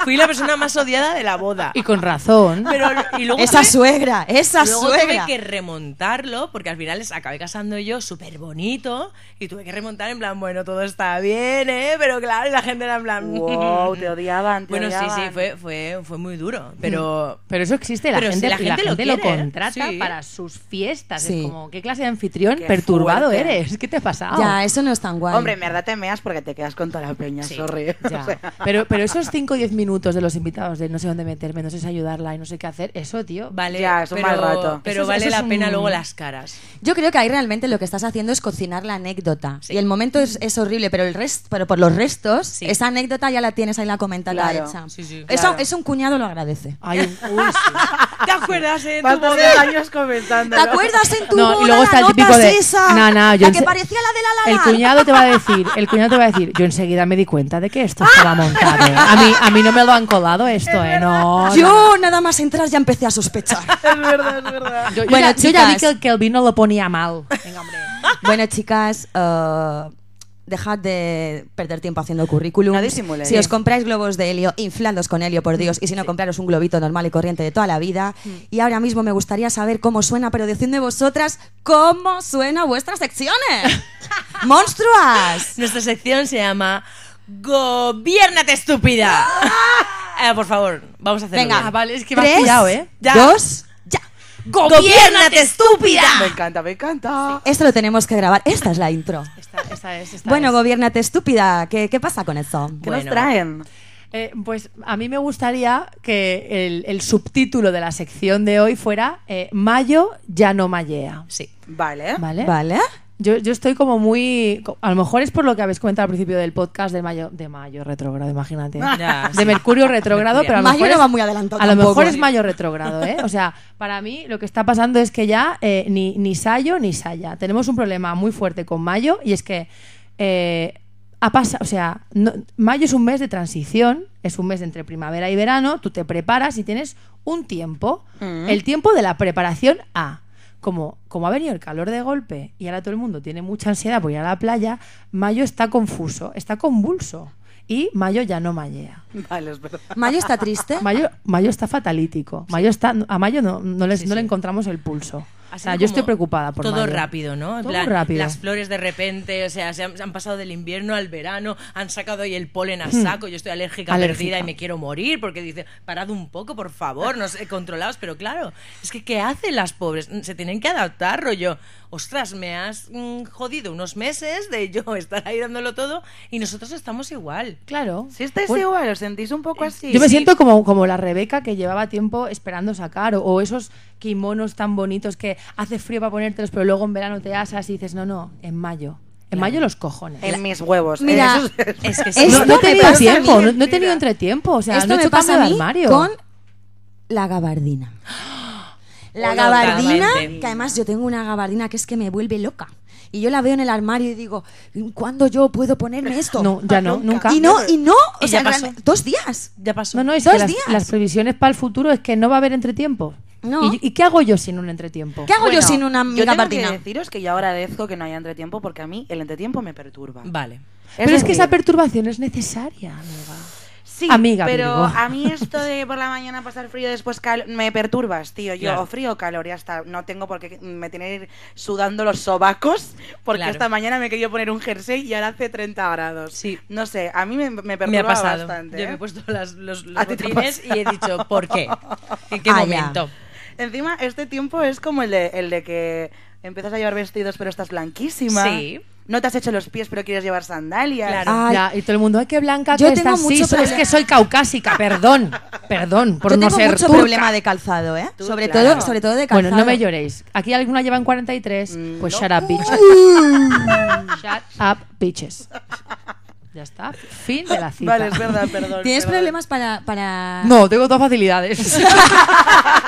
Speaker 3: Fui la persona más odiada de la boda.
Speaker 4: Y con razón.
Speaker 3: Pero, y luego
Speaker 1: Esa
Speaker 3: tuve-
Speaker 1: suegra, esa
Speaker 3: Luego tuve
Speaker 1: suegra.
Speaker 3: que remontarlo porque al final les acabé casando yo súper bonito y tuve que remontar en plan, bueno, todo está bien, ¿eh? Pero claro, y la gente era en plan...
Speaker 2: Wow, te [LAUGHS] odiaban, te
Speaker 3: Bueno, sí, sí,
Speaker 2: odiaban.
Speaker 3: fue, fue, fue muy duro, pero...
Speaker 4: Pero eso existe, la
Speaker 3: Pero
Speaker 4: gente,
Speaker 3: si la
Speaker 4: la
Speaker 3: gente lo
Speaker 4: gente lo,
Speaker 3: quiere, ¿eh?
Speaker 4: contrata
Speaker 3: Sí.
Speaker 4: para sus fiestas.
Speaker 1: Sí.
Speaker 4: Es como, ¿qué clase de anfitrión
Speaker 2: Qué
Speaker 4: perturbado
Speaker 2: fuerte.
Speaker 4: eres? ¿Qué te ha pasado?
Speaker 1: Ya, eh. eso no es tan guay.
Speaker 2: Hombre, en verdad te meas porque te quedas con toda la peña,
Speaker 3: Sí,
Speaker 2: sorry.
Speaker 4: [LAUGHS]
Speaker 2: [LAUGHS]
Speaker 4: Ya.
Speaker 2: O sea,
Speaker 4: Pero, pero esos 5 o 10 minutos de los invitados, de no sé dónde meterme, no sé si ayudarla y no sé qué hacer, eso, tío.
Speaker 3: [LAUGHS] Vale,
Speaker 2: Ya, es un
Speaker 3: pero,
Speaker 2: mal rato.
Speaker 3: pero
Speaker 4: Eso es-
Speaker 3: vale
Speaker 4: eso es
Speaker 3: la pena
Speaker 4: un-
Speaker 3: luego las caras.
Speaker 1: Yo creo que ahí realmente lo que estás haciendo es cocinar la anécdota. Y el momento es, es horrible, pero el rest, pero por los restos,
Speaker 3: Sí.
Speaker 1: esa anécdota ya la tienes ahí la comentada
Speaker 2: Claro.
Speaker 1: hecha.
Speaker 3: Sí, sí.
Speaker 1: Eso,
Speaker 2: Claro.
Speaker 1: eso un cuñado lo agradece.
Speaker 4: Hay un- uy,
Speaker 1: [LAUGHS]
Speaker 4: sí.
Speaker 3: ¿Te acuerdas, eh?
Speaker 2: Vas
Speaker 3: Tu
Speaker 2: a
Speaker 3: boda?
Speaker 2: tener años comentándolo.
Speaker 1: ¿Te acuerdas en tu
Speaker 4: No, y
Speaker 1: boda
Speaker 4: luego
Speaker 1: la
Speaker 4: está el
Speaker 1: nota
Speaker 4: típico de-
Speaker 1: esa?
Speaker 4: No, no, yo
Speaker 1: la
Speaker 4: en
Speaker 1: que
Speaker 4: se-
Speaker 1: parecía la de la la
Speaker 4: El
Speaker 1: Land.
Speaker 4: cuñado te va a decir, el cuñado te va a decir, yo enseguida me di cuenta de que esto estaba montado. ¿eh? A mí, a mí no me lo han colado esto, eh, no. no.
Speaker 1: Yo nada más entrar ya empecé a sospechar.
Speaker 2: Es verdad, es verdad.
Speaker 4: Yo- yo
Speaker 1: Bueno,
Speaker 4: ya, yo ya vi
Speaker 1: chicas.
Speaker 4: que, que el vino lo ponía mal. Venga, hombre.
Speaker 1: [LAUGHS] Bueno, chicas, eh, dejad de perder tiempo haciendo currículum.
Speaker 2: No disimuléis.
Speaker 1: Si os compráis globos de helio, infladlos con helio, por Dios. Y si no, compraros un globito normal y corriente de toda la vida. Y ahora mismo me gustaría saber cómo suena, pero decid de vosotras cómo suena vuestras [LAUGHS] secciones. ¡Monstruas!
Speaker 3: Nuestra sección se llama Gobiérnate, estúpida. Eh, por favor, vamos a hacerlo.
Speaker 1: Venga,
Speaker 3: bien.
Speaker 4: Ah, vale, es que me has
Speaker 1: tres,
Speaker 4: pillado, ¿eh?
Speaker 3: Ya.
Speaker 1: dos, ya.
Speaker 3: ¡Gobiérnate, estúpida!
Speaker 2: Me encanta, me encanta.
Speaker 1: Esto lo tenemos que grabar. Esta es la intro.
Speaker 4: Esta, esta es, esta
Speaker 1: Bueno,
Speaker 4: es.
Speaker 1: gobiernate estúpida. ¿Qué, qué pasa con eso?
Speaker 2: ¿Qué
Speaker 3: Bueno.
Speaker 2: nos traen?
Speaker 4: Eh, pues a mí me gustaría que el, el subtítulo de la sección de hoy fuera eh, Mayo ya no mayea.
Speaker 3: Sí.
Speaker 2: Vale.
Speaker 4: ¿Vale?
Speaker 1: ¿Vale?
Speaker 4: Yo, yo estoy como muy. co- A lo mejor es por lo que habéis comentado al principio del podcast de mayo, de mayo retrógrado,
Speaker 1: [LAUGHS]
Speaker 4: imagínate. [LAUGHS]
Speaker 3: Ya, sí.
Speaker 4: De Mercurio retrógrado, pero a lo
Speaker 1: Mayo
Speaker 4: mejor.
Speaker 1: no
Speaker 4: es-
Speaker 1: va muy adelantado
Speaker 4: A lo
Speaker 1: tampoco,
Speaker 4: mejor es
Speaker 1: ¿eh?
Speaker 4: mayo retrógrado, ¿eh? O sea, para mí lo que está pasando es que ya eh, ni, ni Sayo ni Saya. Tenemos un problema muy fuerte con mayo y es que. eh, ha pasado, o sea, no- mayo es un mes de transición, es un mes entre primavera y verano, tú te preparas y tienes un tiempo,
Speaker 1: Mm.
Speaker 4: el tiempo de la preparación a como, como ha venido el calor de golpe y ahora todo el mundo tiene mucha ansiedad por ir a la playa, Mayo está confuso, está convulso. Y Mayo ya no mayea.
Speaker 2: Vale, es verdad.
Speaker 1: Mayo está triste.
Speaker 4: Mayo, Mayo está fatalítico. Mayo está, a Mayo no, no, les- no le encontramos el pulso.
Speaker 3: Ha
Speaker 4: O sea,
Speaker 3: sido
Speaker 4: yo estoy
Speaker 3: como
Speaker 4: preocupada por
Speaker 3: Todo
Speaker 4: Mayo.
Speaker 3: rápido, ¿no? En
Speaker 4: Todo
Speaker 3: plan,
Speaker 4: rápido.
Speaker 3: Las flores de repente, o sea, se han, se han pasado del invierno al verano, han sacado ahí el polen a saco, yo estoy alérgica,
Speaker 4: Hmm. Alérgica.
Speaker 3: perdida y me quiero morir porque dice, parad un poco, por favor, no sé, controlaos, pero claro, es que ¿qué hacen las pobres? Mm, Se tienen que adaptar, rollo. Ostras, me has mm, jodido unos meses de yo [LAUGHS] estar ahí dándolo todo y nosotros estamos igual.
Speaker 4: Claro.
Speaker 1: este
Speaker 2: Si estáis
Speaker 4: Bueno,
Speaker 2: igual, os sentís un poco así.
Speaker 4: Yo me siento como, como la Rebeca que llevaba tiempo esperando sacar, o, o esos kimonos tan bonitos que hace frío para ponértelos, pero luego en verano te asas y dices, no, no, en mayo. En mayo los cojones.
Speaker 2: En mis huevos.
Speaker 1: Mira,
Speaker 2: Eso es-
Speaker 3: Es que sí.
Speaker 1: Es-
Speaker 4: No,
Speaker 1: Esto
Speaker 4: no he
Speaker 1: me
Speaker 4: tenido
Speaker 1: pasa a mí,
Speaker 4: tiempo, no, no he
Speaker 2: mentira.
Speaker 4: tenido entretiempo. O sea,
Speaker 1: Esto
Speaker 4: no he
Speaker 1: me
Speaker 4: hecho
Speaker 1: pasa
Speaker 4: cambio
Speaker 1: a
Speaker 4: de
Speaker 1: mí
Speaker 4: armario.
Speaker 1: con la gabardina. La gabardina,
Speaker 3: Totalmente.
Speaker 1: que además yo tengo una gabardina que es que me vuelve loca. Y yo la veo en el armario y digo, ¿cuándo yo puedo
Speaker 4: [LAUGHS]
Speaker 1: ponerme esto?
Speaker 4: No, ya no, nunca.
Speaker 1: Y no, y no, o
Speaker 3: Y
Speaker 1: sea,
Speaker 3: ya pasó.
Speaker 1: realmente, dos días.
Speaker 3: Ya pasó.
Speaker 4: No, no, es
Speaker 1: Dos
Speaker 4: que las,
Speaker 1: días.
Speaker 4: las previsiones para el futuro es que no va a haber entretiempo.
Speaker 1: No.
Speaker 4: ¿Y, y qué hago yo sin un entretiempo?
Speaker 1: ¿Qué hago yo
Speaker 2: Bueno,
Speaker 1: sin una
Speaker 2: Yo tengo
Speaker 1: gabardina?
Speaker 2: que deciros que yo agradezco que no haya entretiempo porque a mí el entretiempo me perturba.
Speaker 3: Vale.
Speaker 4: Pero es que
Speaker 2: decir,
Speaker 4: esa perturbación es necesaria, amiga.
Speaker 2: Sí,
Speaker 4: Amiga
Speaker 2: pero
Speaker 4: Virgo.
Speaker 2: a mí esto de por la mañana pasar frío, después calor, me perturbas, tío. Yo,
Speaker 3: Claro.
Speaker 2: o frío o calor, ya está. No tengo por qué me tiene que ir sudando los sobacos, porque
Speaker 3: Claro.
Speaker 2: esta mañana me he querido poner un jersey y ahora hace 30 grados.
Speaker 3: Sí.
Speaker 2: No sé, a mí me, me perturba
Speaker 3: Me ha pasado.
Speaker 2: bastante.
Speaker 3: Yo
Speaker 2: ¿eh?
Speaker 3: me he puesto las- los, los
Speaker 2: A ti te ha
Speaker 3: botines y he dicho, ¿por qué? ¿En qué
Speaker 1: Ah, ya.
Speaker 3: momento?
Speaker 2: Encima, este tiempo es como el de, el de que empiezas a llevar vestidos, pero estás blanquísima.
Speaker 3: Sí.
Speaker 2: No te has hecho los pies, pero quieres llevar sandalias. Ah,
Speaker 3: Claro.
Speaker 1: Ay.
Speaker 4: Ya, y todo el mundo, ay, qué blanca
Speaker 1: Yo
Speaker 4: que
Speaker 1: tengo
Speaker 4: estás. Sí,
Speaker 1: mucho
Speaker 4: so- es
Speaker 1: problema.
Speaker 4: que soy caucásica, perdón, [LAUGHS] perdón, por
Speaker 1: Yo
Speaker 4: no
Speaker 1: tengo
Speaker 4: ser
Speaker 1: mucho
Speaker 4: turca.
Speaker 1: problema de calzado, ¿eh?
Speaker 2: Tú,
Speaker 1: sobre,
Speaker 2: claro.
Speaker 1: todo, sobre todo de calzado.
Speaker 4: Bueno, no me lloréis. Aquí alguna lleva en 43, pues shut up, bitches.
Speaker 1: [LAUGHS]
Speaker 4: shut up, bitches. Ya está, fin de
Speaker 3: Ah,
Speaker 4: la cita.
Speaker 2: Vale, es verdad,
Speaker 3: [LAUGHS]
Speaker 2: perdón.
Speaker 1: ¿Tienes
Speaker 2: perdón.
Speaker 1: problemas para, para...
Speaker 4: No, tengo dos facilidades.
Speaker 1: [LAUGHS]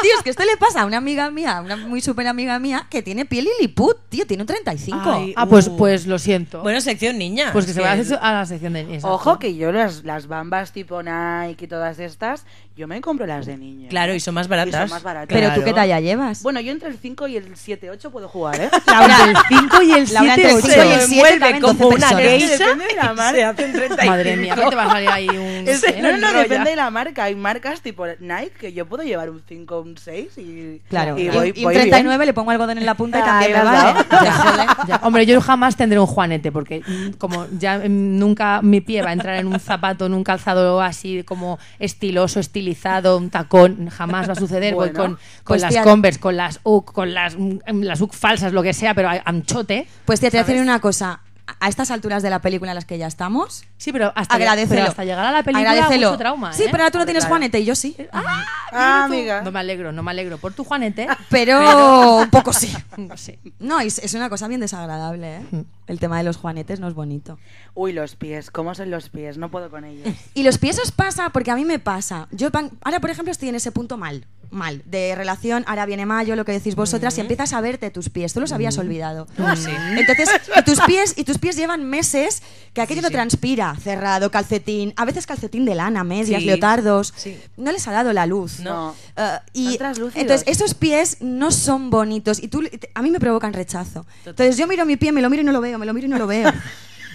Speaker 1: Tío, es que esto le pasa a una amiga mía, una muy súper amiga mía, que tiene piel liliput, tío, tiene un 35.
Speaker 3: Ay.
Speaker 4: [LAUGHS] ah, pues,
Speaker 3: Uh.
Speaker 4: pues lo siento.
Speaker 3: Bueno, sección niña.
Speaker 4: pues que
Speaker 3: Es
Speaker 4: se vaya a la sección de niñas.
Speaker 2: Ojo que yo las, las bambas tipo Nike y todas estas, yo me compro las de niña.
Speaker 3: Claro, y son más baratas.
Speaker 2: Y son más baratas.
Speaker 1: Pero tú
Speaker 3: Claro.
Speaker 1: qué talla llevas.
Speaker 2: Bueno, yo entre el 5 y el 7, 8 puedo jugar, ¿eh?
Speaker 1: [LAUGHS]
Speaker 2: [LAUGHS]
Speaker 1: Laura,
Speaker 4: el 5 y el
Speaker 1: Laura,
Speaker 4: 7,
Speaker 1: entre el 5 y el
Speaker 3: Se
Speaker 1: 7
Speaker 3: envuelve
Speaker 1: caben
Speaker 3: como
Speaker 1: 12
Speaker 3: una
Speaker 1: personas.
Speaker 3: gay.
Speaker 2: depende
Speaker 3: [LAUGHS]
Speaker 2: de la
Speaker 3: Se
Speaker 2: marca.
Speaker 3: hacen 35.
Speaker 4: Madre mía, que te va a salir ahí un...
Speaker 2: Es-
Speaker 4: ¿eh?
Speaker 2: no, no,
Speaker 4: enrolla.
Speaker 2: depende de la marca. Hay marcas tipo Nike que yo puedo llevar un 5, un 6 y,
Speaker 1: Claro,
Speaker 2: y
Speaker 1: y,
Speaker 2: voy,
Speaker 1: y un
Speaker 2: voy
Speaker 1: 39
Speaker 2: bien.
Speaker 1: le pongo algodón en la punta y
Speaker 2: Ah,
Speaker 1: también me
Speaker 2: ¿verdad?
Speaker 1: vale. [LAUGHS]
Speaker 4: [LAUGHS] Ya, Hombre, yo jamás tendré un juanete porque mm, como ya mm, nunca mi pie va a entrar en un zapato, en un calzado así como estiloso, estilizado, un tacón, jamás va a suceder. Voy
Speaker 2: Bueno,
Speaker 4: con, con
Speaker 1: pues
Speaker 4: las
Speaker 1: tía-
Speaker 4: Converse, con las UC, con las, mm, las UC falsas, lo que sea, pero a- anchote.
Speaker 1: Pues tía, te voy a decir una cosa. A- A estas alturas de la película en las que ya estamos,
Speaker 4: Sí, pero hasta,
Speaker 1: agradecelo.
Speaker 4: pero hasta llegar a la película
Speaker 1: Agradecelo.
Speaker 4: mucho trauma,
Speaker 1: Sí,
Speaker 4: ¿eh?
Speaker 1: pero ahora tú no tienes
Speaker 2: Claro.
Speaker 1: Juanete y yo sí.
Speaker 2: Ah,
Speaker 4: Mira tú.
Speaker 2: amiga.
Speaker 4: No me alegro, no me alegro por tu
Speaker 1: [LAUGHS]
Speaker 4: juanete.
Speaker 1: Pero un poco sí.
Speaker 4: No sé.
Speaker 1: No, es, es una cosa bien desagradable, ¿eh? El tema de los juanetes no es bonito.
Speaker 2: Uy, los pies. ¿Cómo son los pies? No puedo con ellos.
Speaker 1: Y los pies os pasa, porque a mí me pasa. Yo pan- ahora, por ejemplo, estoy en ese punto mal, mal, de relación, ahora viene mayo, lo que decís vosotras, y empiezas a verte tus pies. Tú los habías olvidado.
Speaker 3: ah,
Speaker 1: Entonces, y tus pies, y tus pies llevan meses que aquello no transpira, cerrado, calcetín, a veces calcetín de lana, medias,
Speaker 3: Sí.
Speaker 1: leotardos.
Speaker 3: Sí.
Speaker 1: No les ha dado la luz.
Speaker 2: No.
Speaker 1: Eh, y
Speaker 2: Son translúcidos.
Speaker 1: entonces esos pies no son bonitos y tú a mí me provocan rechazo. Entonces yo miro mi pie, me lo miro y no lo veo, me lo miro y no lo
Speaker 4: [LAUGHS]
Speaker 1: veo.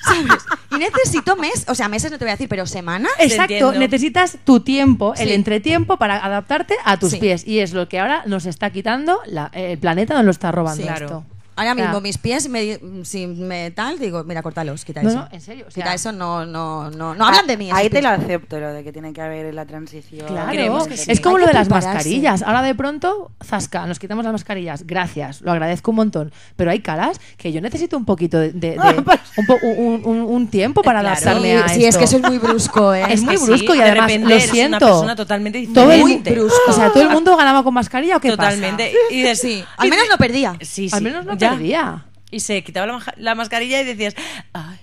Speaker 1: ¿Sabes? Y necesito meses, o sea, meses no te voy a decir, pero semanas
Speaker 4: Exacto,
Speaker 3: entiendo.
Speaker 4: necesitas tu tiempo, el
Speaker 1: Sí.
Speaker 4: entretiempo para adaptarte a tus
Speaker 1: Sí.
Speaker 4: pies. Y es lo que ahora nos está quitando la- el planeta, nos lo está robando
Speaker 1: Sí.
Speaker 4: esto.
Speaker 1: Ahora
Speaker 4: O sea,
Speaker 1: mismo mis pies, me, si me tal, digo, mira, cortalos, quita
Speaker 4: No,
Speaker 1: eso.
Speaker 4: no, en serio, o sea-
Speaker 1: quita eso, no, no, no, no hablan de mí. esos
Speaker 2: Ah, Ahí te
Speaker 1: pies.
Speaker 2: lo acepto, lo de que tiene que haber la transición.
Speaker 4: Claro,
Speaker 3: Creemos que sí.
Speaker 4: es como
Speaker 1: Hay
Speaker 4: lo
Speaker 1: que
Speaker 4: de las
Speaker 1: prepararse.
Speaker 4: mascarillas. Ahora de pronto, zasca, nos quitamos las mascarillas. Gracias, lo agradezco un montón. Pero hay caras que yo necesito un poquito
Speaker 1: [LAUGHS]
Speaker 4: de, de- de- un, po- un- un- un tiempo para
Speaker 3: Claro.
Speaker 4: adaptarme
Speaker 1: Sí,
Speaker 4: a
Speaker 1: Pues sí, es que
Speaker 4: esto.
Speaker 1: eso es muy brusco, ¿eh?
Speaker 4: [LAUGHS] Es
Speaker 3: que
Speaker 4: muy
Speaker 3: sí,
Speaker 4: brusco y
Speaker 3: de
Speaker 4: además,
Speaker 3: repente
Speaker 4: lo
Speaker 3: eres una
Speaker 4: siento.
Speaker 3: persona totalmente
Speaker 4: todo el,
Speaker 1: diferente.
Speaker 4: mu-
Speaker 3: [GASPS]
Speaker 4: O sea, todo el mundo ganaba con mascarilla o qué pasa?
Speaker 3: Totalmente. Y dices,
Speaker 1: Sí, al menos no perdía.
Speaker 3: Sí, sí.
Speaker 4: Al menos no
Speaker 3: ya.
Speaker 4: perdía.
Speaker 3: Y se quitaba la, maja- la mascarilla y decías,
Speaker 4: [LAUGHS]
Speaker 3: "Ay".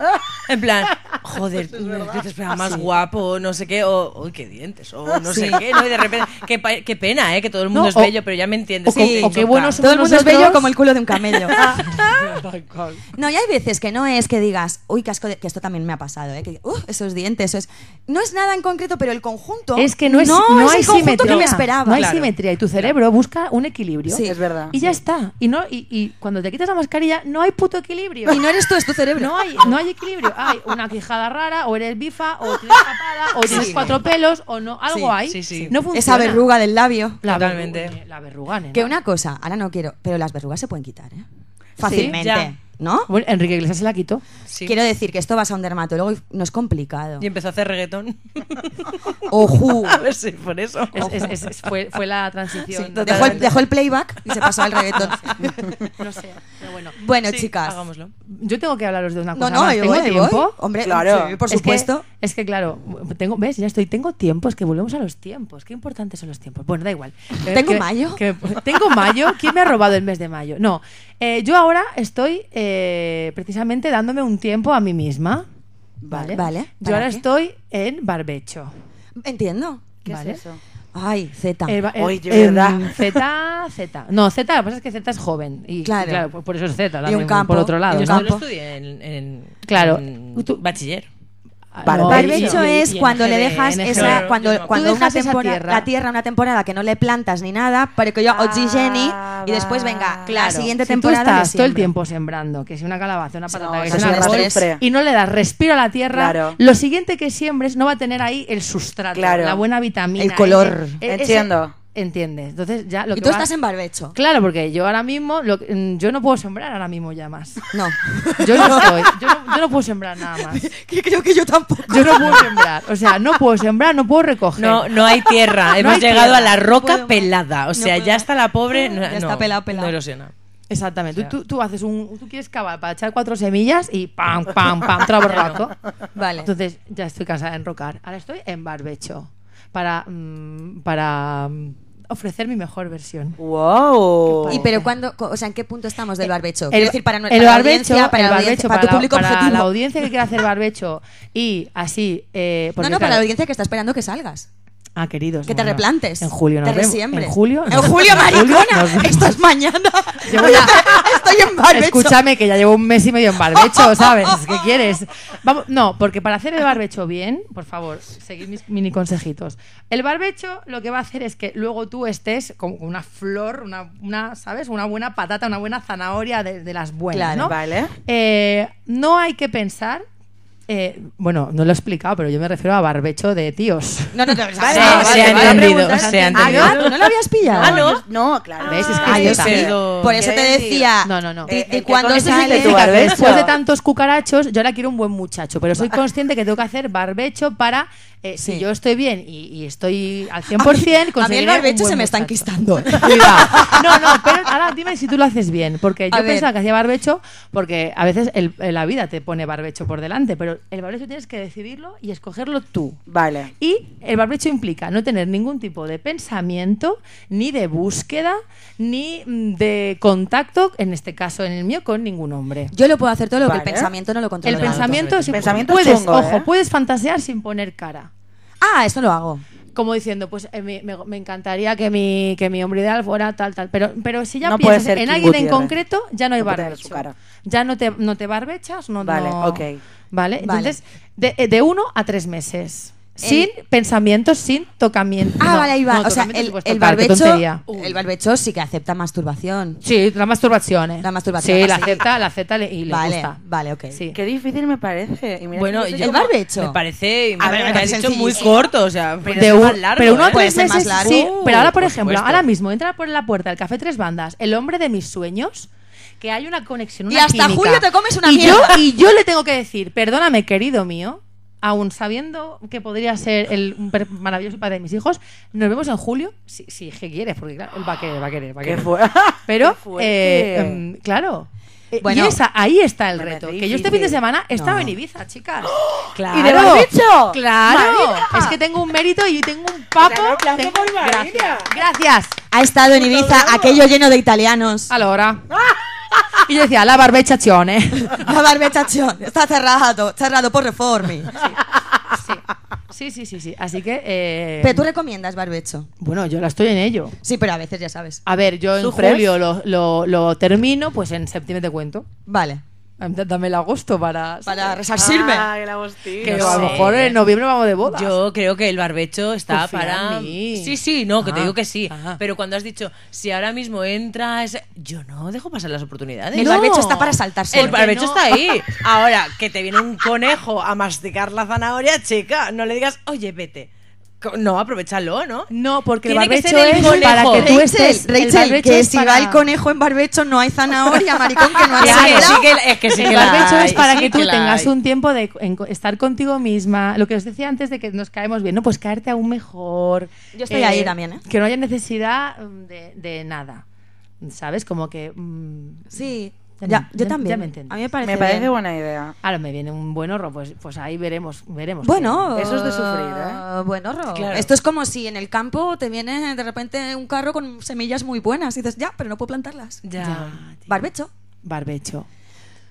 Speaker 3: en plan, joder,
Speaker 4: Pues
Speaker 3: me dices,
Speaker 4: Ah,
Speaker 3: "Pero más guapo, no sé qué, o, uy, qué dientes, o no sé qué, ¿no? Y de repente, qué, pa- qué pena, ¿eh? Que todo el mundo
Speaker 4: No,
Speaker 3: es
Speaker 4: o-
Speaker 3: bello, pero ya me entiendes.
Speaker 4: o co- o qué
Speaker 3: choca.
Speaker 4: buenos-
Speaker 1: Todo el mundo es bello
Speaker 4: Nosotros-
Speaker 1: como el culo de un
Speaker 4: [LAUGHS]
Speaker 1: camello.
Speaker 4: Ah.
Speaker 1: No, y hay veces que no es que digas, uy, casco, que esto también me ha pasado, ¿eh? que, "Uf, esos dientes, eso es. No es nada en concreto, pero el conjunto.
Speaker 4: Es que no es, no
Speaker 1: es
Speaker 4: hay
Speaker 1: el conjunto
Speaker 4: simetría.
Speaker 1: que me esperaba.
Speaker 4: No hay
Speaker 3: Claro.
Speaker 4: simetría y tu cerebro busca un equilibrio.
Speaker 1: Sí.
Speaker 2: Es verdad.
Speaker 4: Y ya está. Y, no, y, y cuando te quitas la mascarilla, no hay puto equilibrio.
Speaker 1: Y no eres tú, es tu cerebro.
Speaker 4: No hay, no hay equilibrio. Hay una quijada rara, o eres bifa,
Speaker 1: [LAUGHS]
Speaker 4: o tienes tapada, o tienes
Speaker 1: Sí.
Speaker 4: cuatro pelos, o no. Algo
Speaker 3: Sí,
Speaker 4: hay.
Speaker 3: sí, sí.
Speaker 4: No funciona.
Speaker 1: Esa verruga del labio.
Speaker 4: La
Speaker 3: Totalmente.
Speaker 4: verruga, eh, la verruga, nena.
Speaker 1: Que una cosa, ahora no quiero, pero las verrugas se pueden quitar, ¿eh? Fácilmente,
Speaker 3: ya.
Speaker 1: ¿no?
Speaker 4: Bueno, Enrique Iglesias se la quitó.
Speaker 3: Sí.
Speaker 1: Quiero decir que esto vas a un dermatólogo y no es complicado.
Speaker 3: Y empezó a hacer
Speaker 4: [LAUGHS]
Speaker 3: reggaetón. [LAUGHS]
Speaker 1: Ojo.
Speaker 3: a ver si por eso.
Speaker 4: Es- es- es- es- fue, fue la transición.
Speaker 1: Sí,
Speaker 4: ¿no?
Speaker 1: dejó, el, dejó el playback y se pasó al
Speaker 4: [LAUGHS]
Speaker 1: reggaetón.
Speaker 4: No sé, pero bueno.
Speaker 1: Bueno,
Speaker 3: Sí,
Speaker 1: chicas.
Speaker 3: Hagámoslo.
Speaker 4: Yo tengo que hablaros de una
Speaker 1: No,
Speaker 4: cosa
Speaker 1: no,
Speaker 4: más.
Speaker 1: yo
Speaker 4: ¿Tengo
Speaker 1: voy, yo
Speaker 4: tiempo?
Speaker 1: voy. Hombre,
Speaker 2: Claro.
Speaker 1: sí, por
Speaker 4: Es que-
Speaker 1: supuesto.
Speaker 4: Es que, claro, tengo, ¿ves? Ya estoy, tengo tiempo, es que volvemos a los tiempos. Qué importantes son los tiempos. Bueno, da igual. Que-
Speaker 1: [LAUGHS] ¿Tengo
Speaker 4: que-
Speaker 1: mayo?
Speaker 4: que- tengo mayo. ¿Quién me ha robado el mes de mayo? No. Eh, yo ahora estoy eh, precisamente dándome un tiempo a mí misma. Vale.
Speaker 1: Vale,
Speaker 4: Yo
Speaker 1: ¿para
Speaker 4: ahora
Speaker 1: qué?
Speaker 4: estoy en barbecho.
Speaker 1: Entiendo.
Speaker 2: ¿Qué
Speaker 4: ¿vale?
Speaker 2: es eso?
Speaker 1: Ay, Z.
Speaker 4: El ba- el-
Speaker 2: Oye, de
Speaker 4: em,
Speaker 2: verdad.
Speaker 4: Z, Z. No, Z, lo que pasa es que Z es joven. Y,
Speaker 1: Claro.
Speaker 4: claro. por- por eso es Z,
Speaker 1: un
Speaker 4: también,
Speaker 1: campo,
Speaker 4: por otro
Speaker 1: y
Speaker 4: lado.
Speaker 1: un
Speaker 4: ¿no?
Speaker 3: Yo solo
Speaker 1: campo.
Speaker 3: estudié en, en-
Speaker 4: Claro.
Speaker 3: en
Speaker 4: Tú-
Speaker 3: bachiller.
Speaker 2: Barbecho.
Speaker 1: Barbecho
Speaker 4: Y-
Speaker 1: es
Speaker 4: y en
Speaker 1: cuando le
Speaker 4: GDN,
Speaker 1: dejas
Speaker 4: en
Speaker 1: esa,
Speaker 3: claro, yo me
Speaker 1: cuando,
Speaker 3: acuerdo.
Speaker 1: cuando
Speaker 4: Tú
Speaker 1: una
Speaker 4: dejas esa
Speaker 1: temporada,
Speaker 4: tierra.
Speaker 1: la tierra una temporada que no le plantas ni nada, para que yo
Speaker 2: Ah,
Speaker 1: Jenny y después venga la
Speaker 2: claro.
Speaker 1: siguiente
Speaker 4: Si tú
Speaker 1: temporada. le
Speaker 4: estás todo el
Speaker 1: siembra.
Speaker 4: tiempo sembrando, que si una calabaza, una patata,
Speaker 2: No,
Speaker 4: que
Speaker 2: eso es
Speaker 4: si un
Speaker 2: un
Speaker 4: árbol,
Speaker 2: desastre.
Speaker 4: y no le das respiro a la tierra,
Speaker 2: Claro.
Speaker 4: lo siguiente que siembres no va a tener ahí el sustrato,
Speaker 2: Claro.
Speaker 4: la buena vitamina.
Speaker 1: El color.
Speaker 4: ese-
Speaker 2: Entiendo.
Speaker 4: ¿Entiendes? Entonces ya lo
Speaker 1: Y
Speaker 4: que
Speaker 1: tú
Speaker 4: vas-
Speaker 1: estás en barbecho.
Speaker 4: Claro, porque yo ahora mismo, lo que- mm, yo no puedo sembrar ahora mismo ya más.
Speaker 1: No.
Speaker 4: Yo no
Speaker 2: [LAUGHS]
Speaker 4: estoy, yo no, yo no puedo sembrar nada más.
Speaker 1: [LAUGHS] que creo que yo tampoco.
Speaker 4: Yo no puedo sembrar, o sea, no puedo sembrar, no puedo recoger.
Speaker 3: No, no hay
Speaker 4: [LAUGHS]
Speaker 3: tierra. Hemos
Speaker 4: hay
Speaker 3: llegado
Speaker 4: tierra.
Speaker 3: a la roca
Speaker 1: puedo más.
Speaker 3: pelada. O
Speaker 1: No
Speaker 3: sea,
Speaker 1: puedo
Speaker 3: ya
Speaker 1: más.
Speaker 3: está la pobre. No,
Speaker 1: Ya está
Speaker 3: no,
Speaker 1: pelada, pelada.
Speaker 3: No erosiona. O
Speaker 4: Exactamente.
Speaker 3: sea.
Speaker 4: Tú, tú- tú haces un, tú quieres cavar para echar cuatro semillas y pam, pam, pam, traborraco.
Speaker 1: Vale.
Speaker 4: Entonces ya estoy cansada de enrocar. Ahora estoy en barbecho para, mm, para mm, ofrecer mi mejor versión.
Speaker 2: ¡Wow!
Speaker 1: Y pero cuando, o sea, ¿en qué punto estamos del barbecho?
Speaker 4: eh, El-
Speaker 1: Quiero decir para, nuestra
Speaker 4: el
Speaker 1: para la
Speaker 4: barbecho,
Speaker 1: audiencia, para,
Speaker 4: el
Speaker 1: la audiencia,
Speaker 4: barbecho
Speaker 1: para tu
Speaker 4: la-
Speaker 1: público
Speaker 4: para
Speaker 1: objetivo.
Speaker 4: la audiencia que quiere hacer barbecho y así. eh,
Speaker 1: no,
Speaker 4: porque,
Speaker 1: no, para la
Speaker 4: claro-
Speaker 1: audiencia que está esperando que salgas.
Speaker 4: Ah, queridos.
Speaker 1: Que te
Speaker 4: bueno,
Speaker 1: replantes.
Speaker 4: En julio nos
Speaker 1: Te
Speaker 4: vemos.
Speaker 1: resiembres.
Speaker 4: En julio.
Speaker 1: En
Speaker 4: nos-
Speaker 1: julio,
Speaker 4: en julio
Speaker 1: maricona.
Speaker 4: nos vemos.
Speaker 1: Esto es mañana. [LAUGHS]
Speaker 4: Yo voy a-
Speaker 1: Estoy en barbecho.
Speaker 4: Escúchame, que ya llevo un mes y medio en barbecho, ¿sabes? ¿Qué quieres? Vamos, no, porque para hacer el barbecho bien, por favor, seguid mis mini consejitos. El barbecho lo que va a hacer es que luego tú estés con una flor, una, una ¿sabes? Una buena patata, una buena zanahoria de, de las buenas,
Speaker 1: Claro.
Speaker 4: ¿no?
Speaker 2: Vale.
Speaker 4: Eh, no hay que pensar... eh, bueno, no lo he explicado, pero yo me refiero a barbecho de tíos.
Speaker 1: No, no, no. no,
Speaker 3: Se-
Speaker 2: vale,
Speaker 1: no,
Speaker 2: vale,
Speaker 3: se ha
Speaker 2: vale.
Speaker 3: entendido.
Speaker 2: Preguntas
Speaker 3: Se ha
Speaker 2: antes.
Speaker 3: entendido.
Speaker 1: Ah, ¿tú no lo habías pillado?
Speaker 3: Ah, ¿no?
Speaker 2: yo- No, claro.
Speaker 4: ¿Ves? Es que
Speaker 1: Ah,
Speaker 4: sí,
Speaker 1: yo
Speaker 4: está.
Speaker 1: sé.
Speaker 3: Pero-
Speaker 1: Por eso
Speaker 2: Quiero
Speaker 1: te
Speaker 2: decir-
Speaker 1: decía.
Speaker 4: No, no, no.
Speaker 1: de-
Speaker 2: Eh,
Speaker 1: de
Speaker 2: eh,
Speaker 1: cuando
Speaker 2: con eso sí que
Speaker 1: sale.
Speaker 2: tú
Speaker 1: [LAUGHS]
Speaker 4: Fíjate,
Speaker 2: barbecho.
Speaker 4: Después de tantos cucarachos, yo la quiero un buen muchacho, pero soy consciente que tengo que hacer barbecho para, eh, si
Speaker 1: Sí.
Speaker 4: yo estoy bien y, y estoy al
Speaker 1: [LAUGHS] A
Speaker 4: 100%,
Speaker 1: mí- A mí el
Speaker 4: conseguiré un
Speaker 1: barbecho
Speaker 4: buen
Speaker 1: se me está
Speaker 4: muchacho.
Speaker 1: enquistando.
Speaker 4: Cuidado. No, no, pero ahora dime si tú lo haces bien, porque yo
Speaker 1: A ver.
Speaker 4: pensaba que hacía barbecho, porque a veces el- eh, la vida te pone barbecho por delante, pero el barbecho tienes que decidirlo y escogerlo tú.
Speaker 2: Vale.
Speaker 4: Y el barbecho implica no tener ningún tipo de pensamiento, ni de búsqueda, ni mm, de contacto, en este caso en el mío, con ningún hombre.
Speaker 1: Yo lo puedo hacer todo lo que el
Speaker 2: Vale.
Speaker 1: pensamiento no lo
Speaker 4: El
Speaker 1: controla.
Speaker 4: pensamiento es
Speaker 2: Pensamiento
Speaker 4: puedes,
Speaker 2: chungo,
Speaker 4: ojo,
Speaker 2: ¿eh?
Speaker 4: puedes fantasear sin poner cara.
Speaker 1: Ah, esto lo hago.
Speaker 4: Como diciendo, pues eh, me, me- me encantaría que mi, que mi hombre ideal fuera tal, tal. Pero, pero si ya
Speaker 2: No puede
Speaker 4: piensas
Speaker 2: ser
Speaker 4: en
Speaker 2: Kim
Speaker 4: alguien en
Speaker 2: Gutiérrez.
Speaker 4: concreto, ya no hay
Speaker 2: No puede tener su cara.
Speaker 4: barbecho. Ya no te, no te barbechas, no
Speaker 2: Vale,
Speaker 4: no-
Speaker 2: ok.
Speaker 4: Vale, entonces, de, eh, de uno a tres meses.
Speaker 1: El-
Speaker 4: Sin pensamientos, sin tocamiento.
Speaker 1: Ah,
Speaker 4: No,
Speaker 1: vale, ahí va.
Speaker 4: no,
Speaker 1: o sea,
Speaker 4: tocamiento sí
Speaker 1: el,
Speaker 4: puedes
Speaker 1: el
Speaker 4: tocar, qué
Speaker 1: barbecho.
Speaker 4: tontería.
Speaker 1: El barbecho sí que acepta masturbación.
Speaker 4: Sí, la masturbación, ¿eh?
Speaker 1: La masturbación,
Speaker 4: Sí, la
Speaker 1: sí.
Speaker 4: acepta, la acepta le- y le
Speaker 1: Vale,
Speaker 4: gusta.
Speaker 1: vale, ok.
Speaker 4: Sí.
Speaker 2: Qué difícil me parece. Y mira
Speaker 3: Bueno,
Speaker 2: que yo
Speaker 3: yo-
Speaker 1: ¿El barbecho?
Speaker 3: Me parece.
Speaker 1: A ver, me
Speaker 3: me
Speaker 1: parece
Speaker 3: has dicho muy
Speaker 1: sencillísimo.
Speaker 3: corto. O sea, pero
Speaker 4: De
Speaker 3: es
Speaker 4: un-
Speaker 3: más largo.
Speaker 4: pero uno a
Speaker 3: ¿eh?
Speaker 1: Puede
Speaker 4: tres
Speaker 1: ser más
Speaker 4: meses,
Speaker 1: largo.
Speaker 4: sí. Pero ahora, por
Speaker 3: Por
Speaker 4: ejemplo,
Speaker 3: supuesto.
Speaker 4: ahora mismo entra por la puerta del Café Tres Bandas el hombre de mis sueños, que hay una conexión,
Speaker 1: Y
Speaker 4: una
Speaker 1: hasta
Speaker 4: química.
Speaker 1: julio te comes una
Speaker 4: y yo,
Speaker 1: mierda.
Speaker 4: y yo le tengo que decir, perdóname, querido mío, aún sabiendo que podría ser el un per- maravilloso padre de mis hijos, nos vemos en julio, si, si es que quieres, porque claro, él va a querer, va a querer, va a
Speaker 2: ¿Qué
Speaker 4: querer.
Speaker 2: fue?
Speaker 4: Pero,
Speaker 2: Qué fuerte.
Speaker 4: eh, em, claro. Eh,
Speaker 1: Bueno.
Speaker 4: y esa- ahí está el
Speaker 2: Me
Speaker 4: reto.
Speaker 2: parece
Speaker 4: Que yo este fin de
Speaker 2: difícil.
Speaker 4: semana he estado
Speaker 1: No. ¡Oh!
Speaker 4: en Ibiza, chicas.
Speaker 3: Claro.
Speaker 2: ¿Y de barbecho?
Speaker 4: Claro.
Speaker 2: Marina.
Speaker 4: Es que tengo un mérito y tengo un papo.
Speaker 2: Un aplauso
Speaker 4: Tengo-
Speaker 2: por Marina.
Speaker 4: Gracias. Gracias.
Speaker 1: Ha estado en Ibiza aquello lleno de italianos.
Speaker 4: Allora. Y yo decía, la barbechazione.
Speaker 1: La barbechación está cerrado, cerrado por reformi.
Speaker 4: Sí, sí, sí, sí. Así que. eh,
Speaker 1: Pero tú recomiendas barbecho.
Speaker 4: Bueno, yo la estoy en ello.
Speaker 1: Sí, pero a veces ya sabes.
Speaker 4: A ver, yo en
Speaker 2: ¿Sufres?
Speaker 4: julio lo, lo- lo termino, pues en septiembre te cuento.
Speaker 1: Vale.
Speaker 4: D- Dame el agosto para.
Speaker 1: Para resarcirme.
Speaker 2: Ay, el Agustín.
Speaker 4: Que
Speaker 3: No
Speaker 4: a lo
Speaker 3: sé.
Speaker 4: mejor en noviembre vamos de boda.
Speaker 3: Yo creo que el barbecho está
Speaker 4: Confía
Speaker 3: para.
Speaker 4: en mí.
Speaker 3: Sí, sí, no, que te
Speaker 4: Ah,
Speaker 3: digo que sí.
Speaker 4: ah.
Speaker 3: Pero cuando has dicho, si ahora mismo entras. Yo no dejo pasar las oportunidades.
Speaker 1: El
Speaker 4: No.
Speaker 1: barbecho está para saltarse.
Speaker 3: El barbecho
Speaker 4: no?
Speaker 3: está ahí. Ahora, que te viene un conejo a masticar la zanahoria, chica, no le digas, oye, vete. Co- No, aprovechalo, ¿no?
Speaker 4: No, porque el
Speaker 3: Tiene que
Speaker 4: barbecho
Speaker 3: ser el
Speaker 4: es para
Speaker 3: conejo.
Speaker 4: que tú
Speaker 1: Rachel,
Speaker 4: estés. el
Speaker 1: Rachel,
Speaker 4: barbecho
Speaker 1: que
Speaker 4: es
Speaker 1: si
Speaker 4: para-
Speaker 1: va el conejo en barbecho no hay zanahoria, maricón, que no
Speaker 3: Sí,
Speaker 1: hay
Speaker 3: que
Speaker 1: sangrado.
Speaker 3: sí que- es que sí que
Speaker 4: el
Speaker 3: la
Speaker 4: barbecho
Speaker 3: hay,
Speaker 4: es para
Speaker 3: sí
Speaker 4: que tú
Speaker 3: la
Speaker 4: tengas
Speaker 3: hay.
Speaker 4: un tiempo de en- estar contigo misma. Lo que os decía antes de que nos caemos bien, ¿no? Pues caerte aún mejor.
Speaker 1: Yo estoy ahí también, ¿eh?
Speaker 4: Que no haya necesidad mm, de, de nada. ¿Sabes? Como que. mm,
Speaker 1: Sí,
Speaker 4: Ya
Speaker 1: ya,
Speaker 4: me-
Speaker 1: yo
Speaker 4: ya-
Speaker 1: también.
Speaker 4: ya me entiendes.
Speaker 1: a mí me parece,
Speaker 2: Me parece
Speaker 1: bien.
Speaker 2: buena idea.
Speaker 4: ahora me viene un buen horror, pues, pues ahí veremos. veremos
Speaker 1: Bueno,
Speaker 2: Eso es de sufrir,
Speaker 1: eh, Buen horror.
Speaker 3: Claro.
Speaker 1: Esto es como si en el campo te viene de repente un carro con semillas muy buenas y dices, ya, pero no puedo plantarlas.
Speaker 4: qué-
Speaker 3: Ya.
Speaker 4: Ya, tío.
Speaker 1: Barbecho.
Speaker 4: barbecho.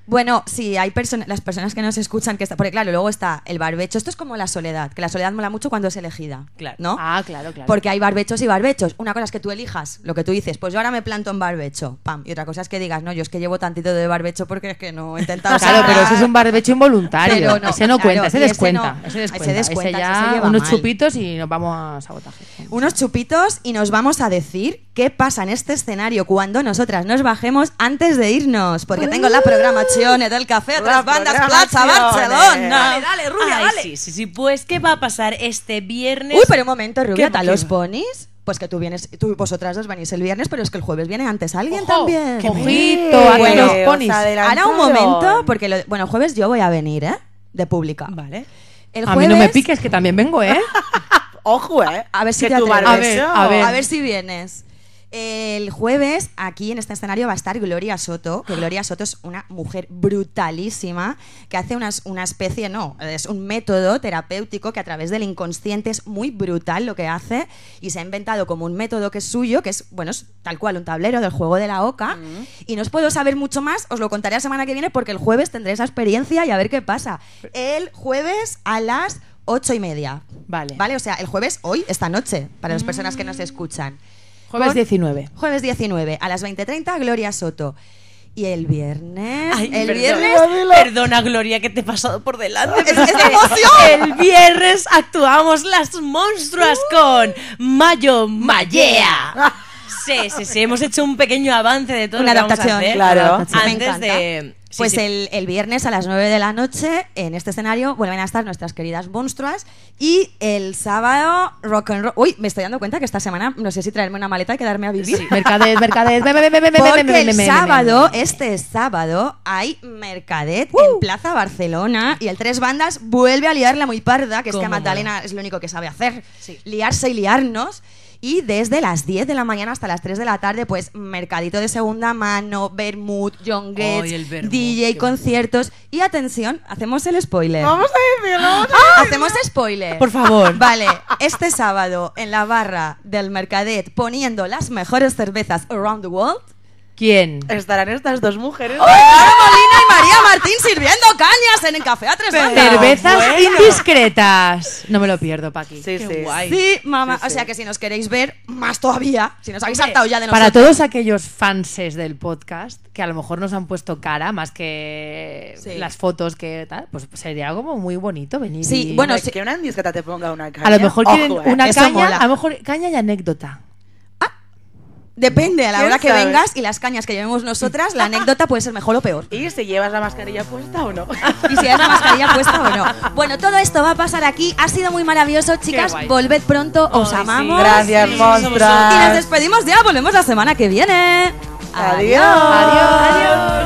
Speaker 1: Bueno, sí, hay personas, las personas que nos escuchan que está, porque claro, luego está el barbecho. Esto es como la soledad, que la soledad mola mucho cuando es elegida,
Speaker 3: Claro.
Speaker 1: ¿no?
Speaker 4: Ah, claro, claro.
Speaker 1: Porque hay barbechos y barbechos. Una cosa es que tú elijas lo que tú dices, pues yo ahora me planto en barbecho, pam. Y otra cosa es que digas, no, yo es que llevo tantito de barbecho porque es que no he intentado.
Speaker 4: [LAUGHS] Claro,
Speaker 1: sacar".
Speaker 4: pero eso es un barbecho involuntario.
Speaker 1: Pero no,
Speaker 4: ese no
Speaker 1: claro,
Speaker 4: cuenta, ese
Speaker 1: y ese
Speaker 4: descuenta.
Speaker 1: no.
Speaker 4: ese
Speaker 1: Ese
Speaker 4: descuenta. Ese
Speaker 1: descuenta,
Speaker 4: ya
Speaker 1: ese lleva
Speaker 4: unos
Speaker 1: mal.
Speaker 4: chupitos y nos vamos a sabotaje.
Speaker 1: Unos chupitos y nos vamos a decir qué pasa en este escenario cuando nosotras nos bajemos antes de irnos, porque tengo la programación del café a
Speaker 2: Las
Speaker 1: tras bandas Plaza
Speaker 2: programaciones.
Speaker 1: Barcelona.
Speaker 2: Dale, dale,
Speaker 3: Ah,
Speaker 2: Rubia,
Speaker 3: Ay,
Speaker 2: dale.
Speaker 3: Sí, sí, sí. Pues, ¿qué va a pasar este viernes?
Speaker 1: Uy, pero un momento, Rubia,
Speaker 3: ¿Qué
Speaker 1: ¿a los
Speaker 3: motivo?
Speaker 1: ponis? Pues que tú vienes, tú vosotras dos venís el viernes, pero es que el jueves viene antes alguien
Speaker 4: Ojo,
Speaker 1: también.
Speaker 4: qué Ojito,
Speaker 2: Eh,
Speaker 1: hacen los
Speaker 2: os
Speaker 4: ponis.
Speaker 1: Ahora un
Speaker 2: adelantaron.
Speaker 1: momento, porque lo- bueno, jueves yo voy a venir, ¿eh? De pública.
Speaker 3: Vale.
Speaker 1: El
Speaker 4: A mí no me
Speaker 1: jueves-
Speaker 4: piques, que también
Speaker 1: [LAUGHS]
Speaker 4: vengo, ¿eh?
Speaker 2: Ojo, eh.
Speaker 1: A ver si
Speaker 2: que
Speaker 1: te
Speaker 2: tu
Speaker 1: atreves.
Speaker 4: A ver,
Speaker 2: barbecho-
Speaker 4: a ver.
Speaker 1: A ver si vienes. El jueves, aquí en este escenario, va a estar Gloria Soto, que Gloria Soto es una mujer brutalísima que hace unas, una especie, no, es un método terapéutico que a través del inconsciente es muy brutal lo que hace y se ha inventado como un método que es suyo, que es, bueno, es tal cual un tablero del juego de la OCA.
Speaker 2: Mm.
Speaker 1: Y no os puedo saber mucho más, os lo contaré la semana que viene porque el jueves tendré esa experiencia y a ver qué pasa. El jueves a las ocho y media.
Speaker 4: Vale.
Speaker 1: Vale, o sea, el jueves, hoy, esta noche, para las personas que nos
Speaker 3: Mm.
Speaker 1: escuchan.
Speaker 4: Jueves
Speaker 1: Con-
Speaker 4: 19.
Speaker 1: Jueves 19, a las 20.30, Gloria Soto. Y el viernes.
Speaker 3: Ay,
Speaker 1: el
Speaker 3: perdón.
Speaker 1: viernes.
Speaker 3: Perdona, Gloria, que te he pasado por delante. pero
Speaker 1: Es que es
Speaker 3: que
Speaker 1: emoción.
Speaker 3: El viernes actuamos las monstruas
Speaker 1: Uh.
Speaker 3: con Mayo Mayea. Sí, sí, sí. Hemos hecho un pequeño avance de todo
Speaker 1: Una
Speaker 3: lo que vamos a
Speaker 1: adaptación,
Speaker 3: hacer.
Speaker 2: claro.
Speaker 1: Me
Speaker 3: Antes
Speaker 1: encanta.
Speaker 3: de- sí,
Speaker 1: pues
Speaker 3: sí.
Speaker 1: El, el viernes a las 9 de la noche, en este escenario, vuelven a estar nuestras queridas monstruas. Y el sábado, rock and roll. Uy, me estoy dando cuenta que esta semana no sé si traerme una maleta y quedarme a vivir.
Speaker 3: Sí.
Speaker 4: Mercadez, mercadez. Ve, ve, ve, ve, ve, ve, ve, ve,
Speaker 1: Porque
Speaker 4: ve,
Speaker 1: el
Speaker 4: ve, ve.
Speaker 1: sábado, este sábado, hay Mercadet en Plaza Barcelona y el Tres Bandas vuelve a liarla muy parda, que es que
Speaker 3: Cómo
Speaker 1: a Magdalena es lo único que sabe hacer,
Speaker 3: Sí.
Speaker 1: liarse y liarnos. Y desde las 10 de la mañana hasta las 3 de la tarde, pues mercadito de segunda mano, vermut, John
Speaker 3: Ay, el vermut,
Speaker 1: DJ,
Speaker 3: qué
Speaker 1: conciertos. Y atención, hacemos el spoiler.
Speaker 2: Vamos a decirlo. vamos a-
Speaker 1: Hacemos spoiler.
Speaker 3: Por favor.
Speaker 1: Vale, [LAUGHS] este sábado en la barra del Mercadet poniendo las mejores cervezas around the world,
Speaker 4: ¿Quién?
Speaker 2: Estarán estas dos mujeres.
Speaker 1: Clara Molina y María Martín sirviendo cañas en el café a tres bandas.
Speaker 4: Cervezas
Speaker 2: bueno.
Speaker 4: indiscretas. No me lo pierdo, Paqui.
Speaker 2: Sí, sí.
Speaker 3: guay.
Speaker 1: Sí, mamá.
Speaker 2: Sí, sí.
Speaker 1: O sea que si nos queréis ver, más todavía. Si nos habéis saltado ya de
Speaker 4: Para
Speaker 1: nosotros.
Speaker 4: todos aquellos fanses del podcast que a lo mejor nos han puesto cara más que
Speaker 1: Sí.
Speaker 4: las fotos que tal, pues sería como muy bonito venir.
Speaker 1: Sí,
Speaker 4: y-
Speaker 1: bueno,
Speaker 2: Hombre, Que una discreta te ponga una caña.
Speaker 4: a lo mejor
Speaker 2: Ojo,
Speaker 4: quieren
Speaker 2: eh.
Speaker 4: una
Speaker 1: Eso
Speaker 4: caña,
Speaker 1: mola.
Speaker 4: a lo mejor caña y anécdota.
Speaker 1: Depende, a la
Speaker 2: ¿Quién
Speaker 1: hora que
Speaker 2: sabe?
Speaker 1: vengas y las cañas que llevemos nosotras, la anécdota puede ser mejor o peor.
Speaker 2: ¿Y si llevas la mascarilla puesta o no?
Speaker 1: Y si es la mascarilla puesta o no. Bueno, todo esto va a pasar aquí. Ha sido muy maravilloso, chicas.
Speaker 4: guay.
Speaker 1: Volved pronto, os
Speaker 3: Ay, sí.
Speaker 1: amamos.
Speaker 2: Gracias,
Speaker 3: Sí, somos
Speaker 1: Y nos
Speaker 2: monstruas.
Speaker 1: despedimos ya. Volvemos la semana que viene.
Speaker 2: Adiós. Adiós.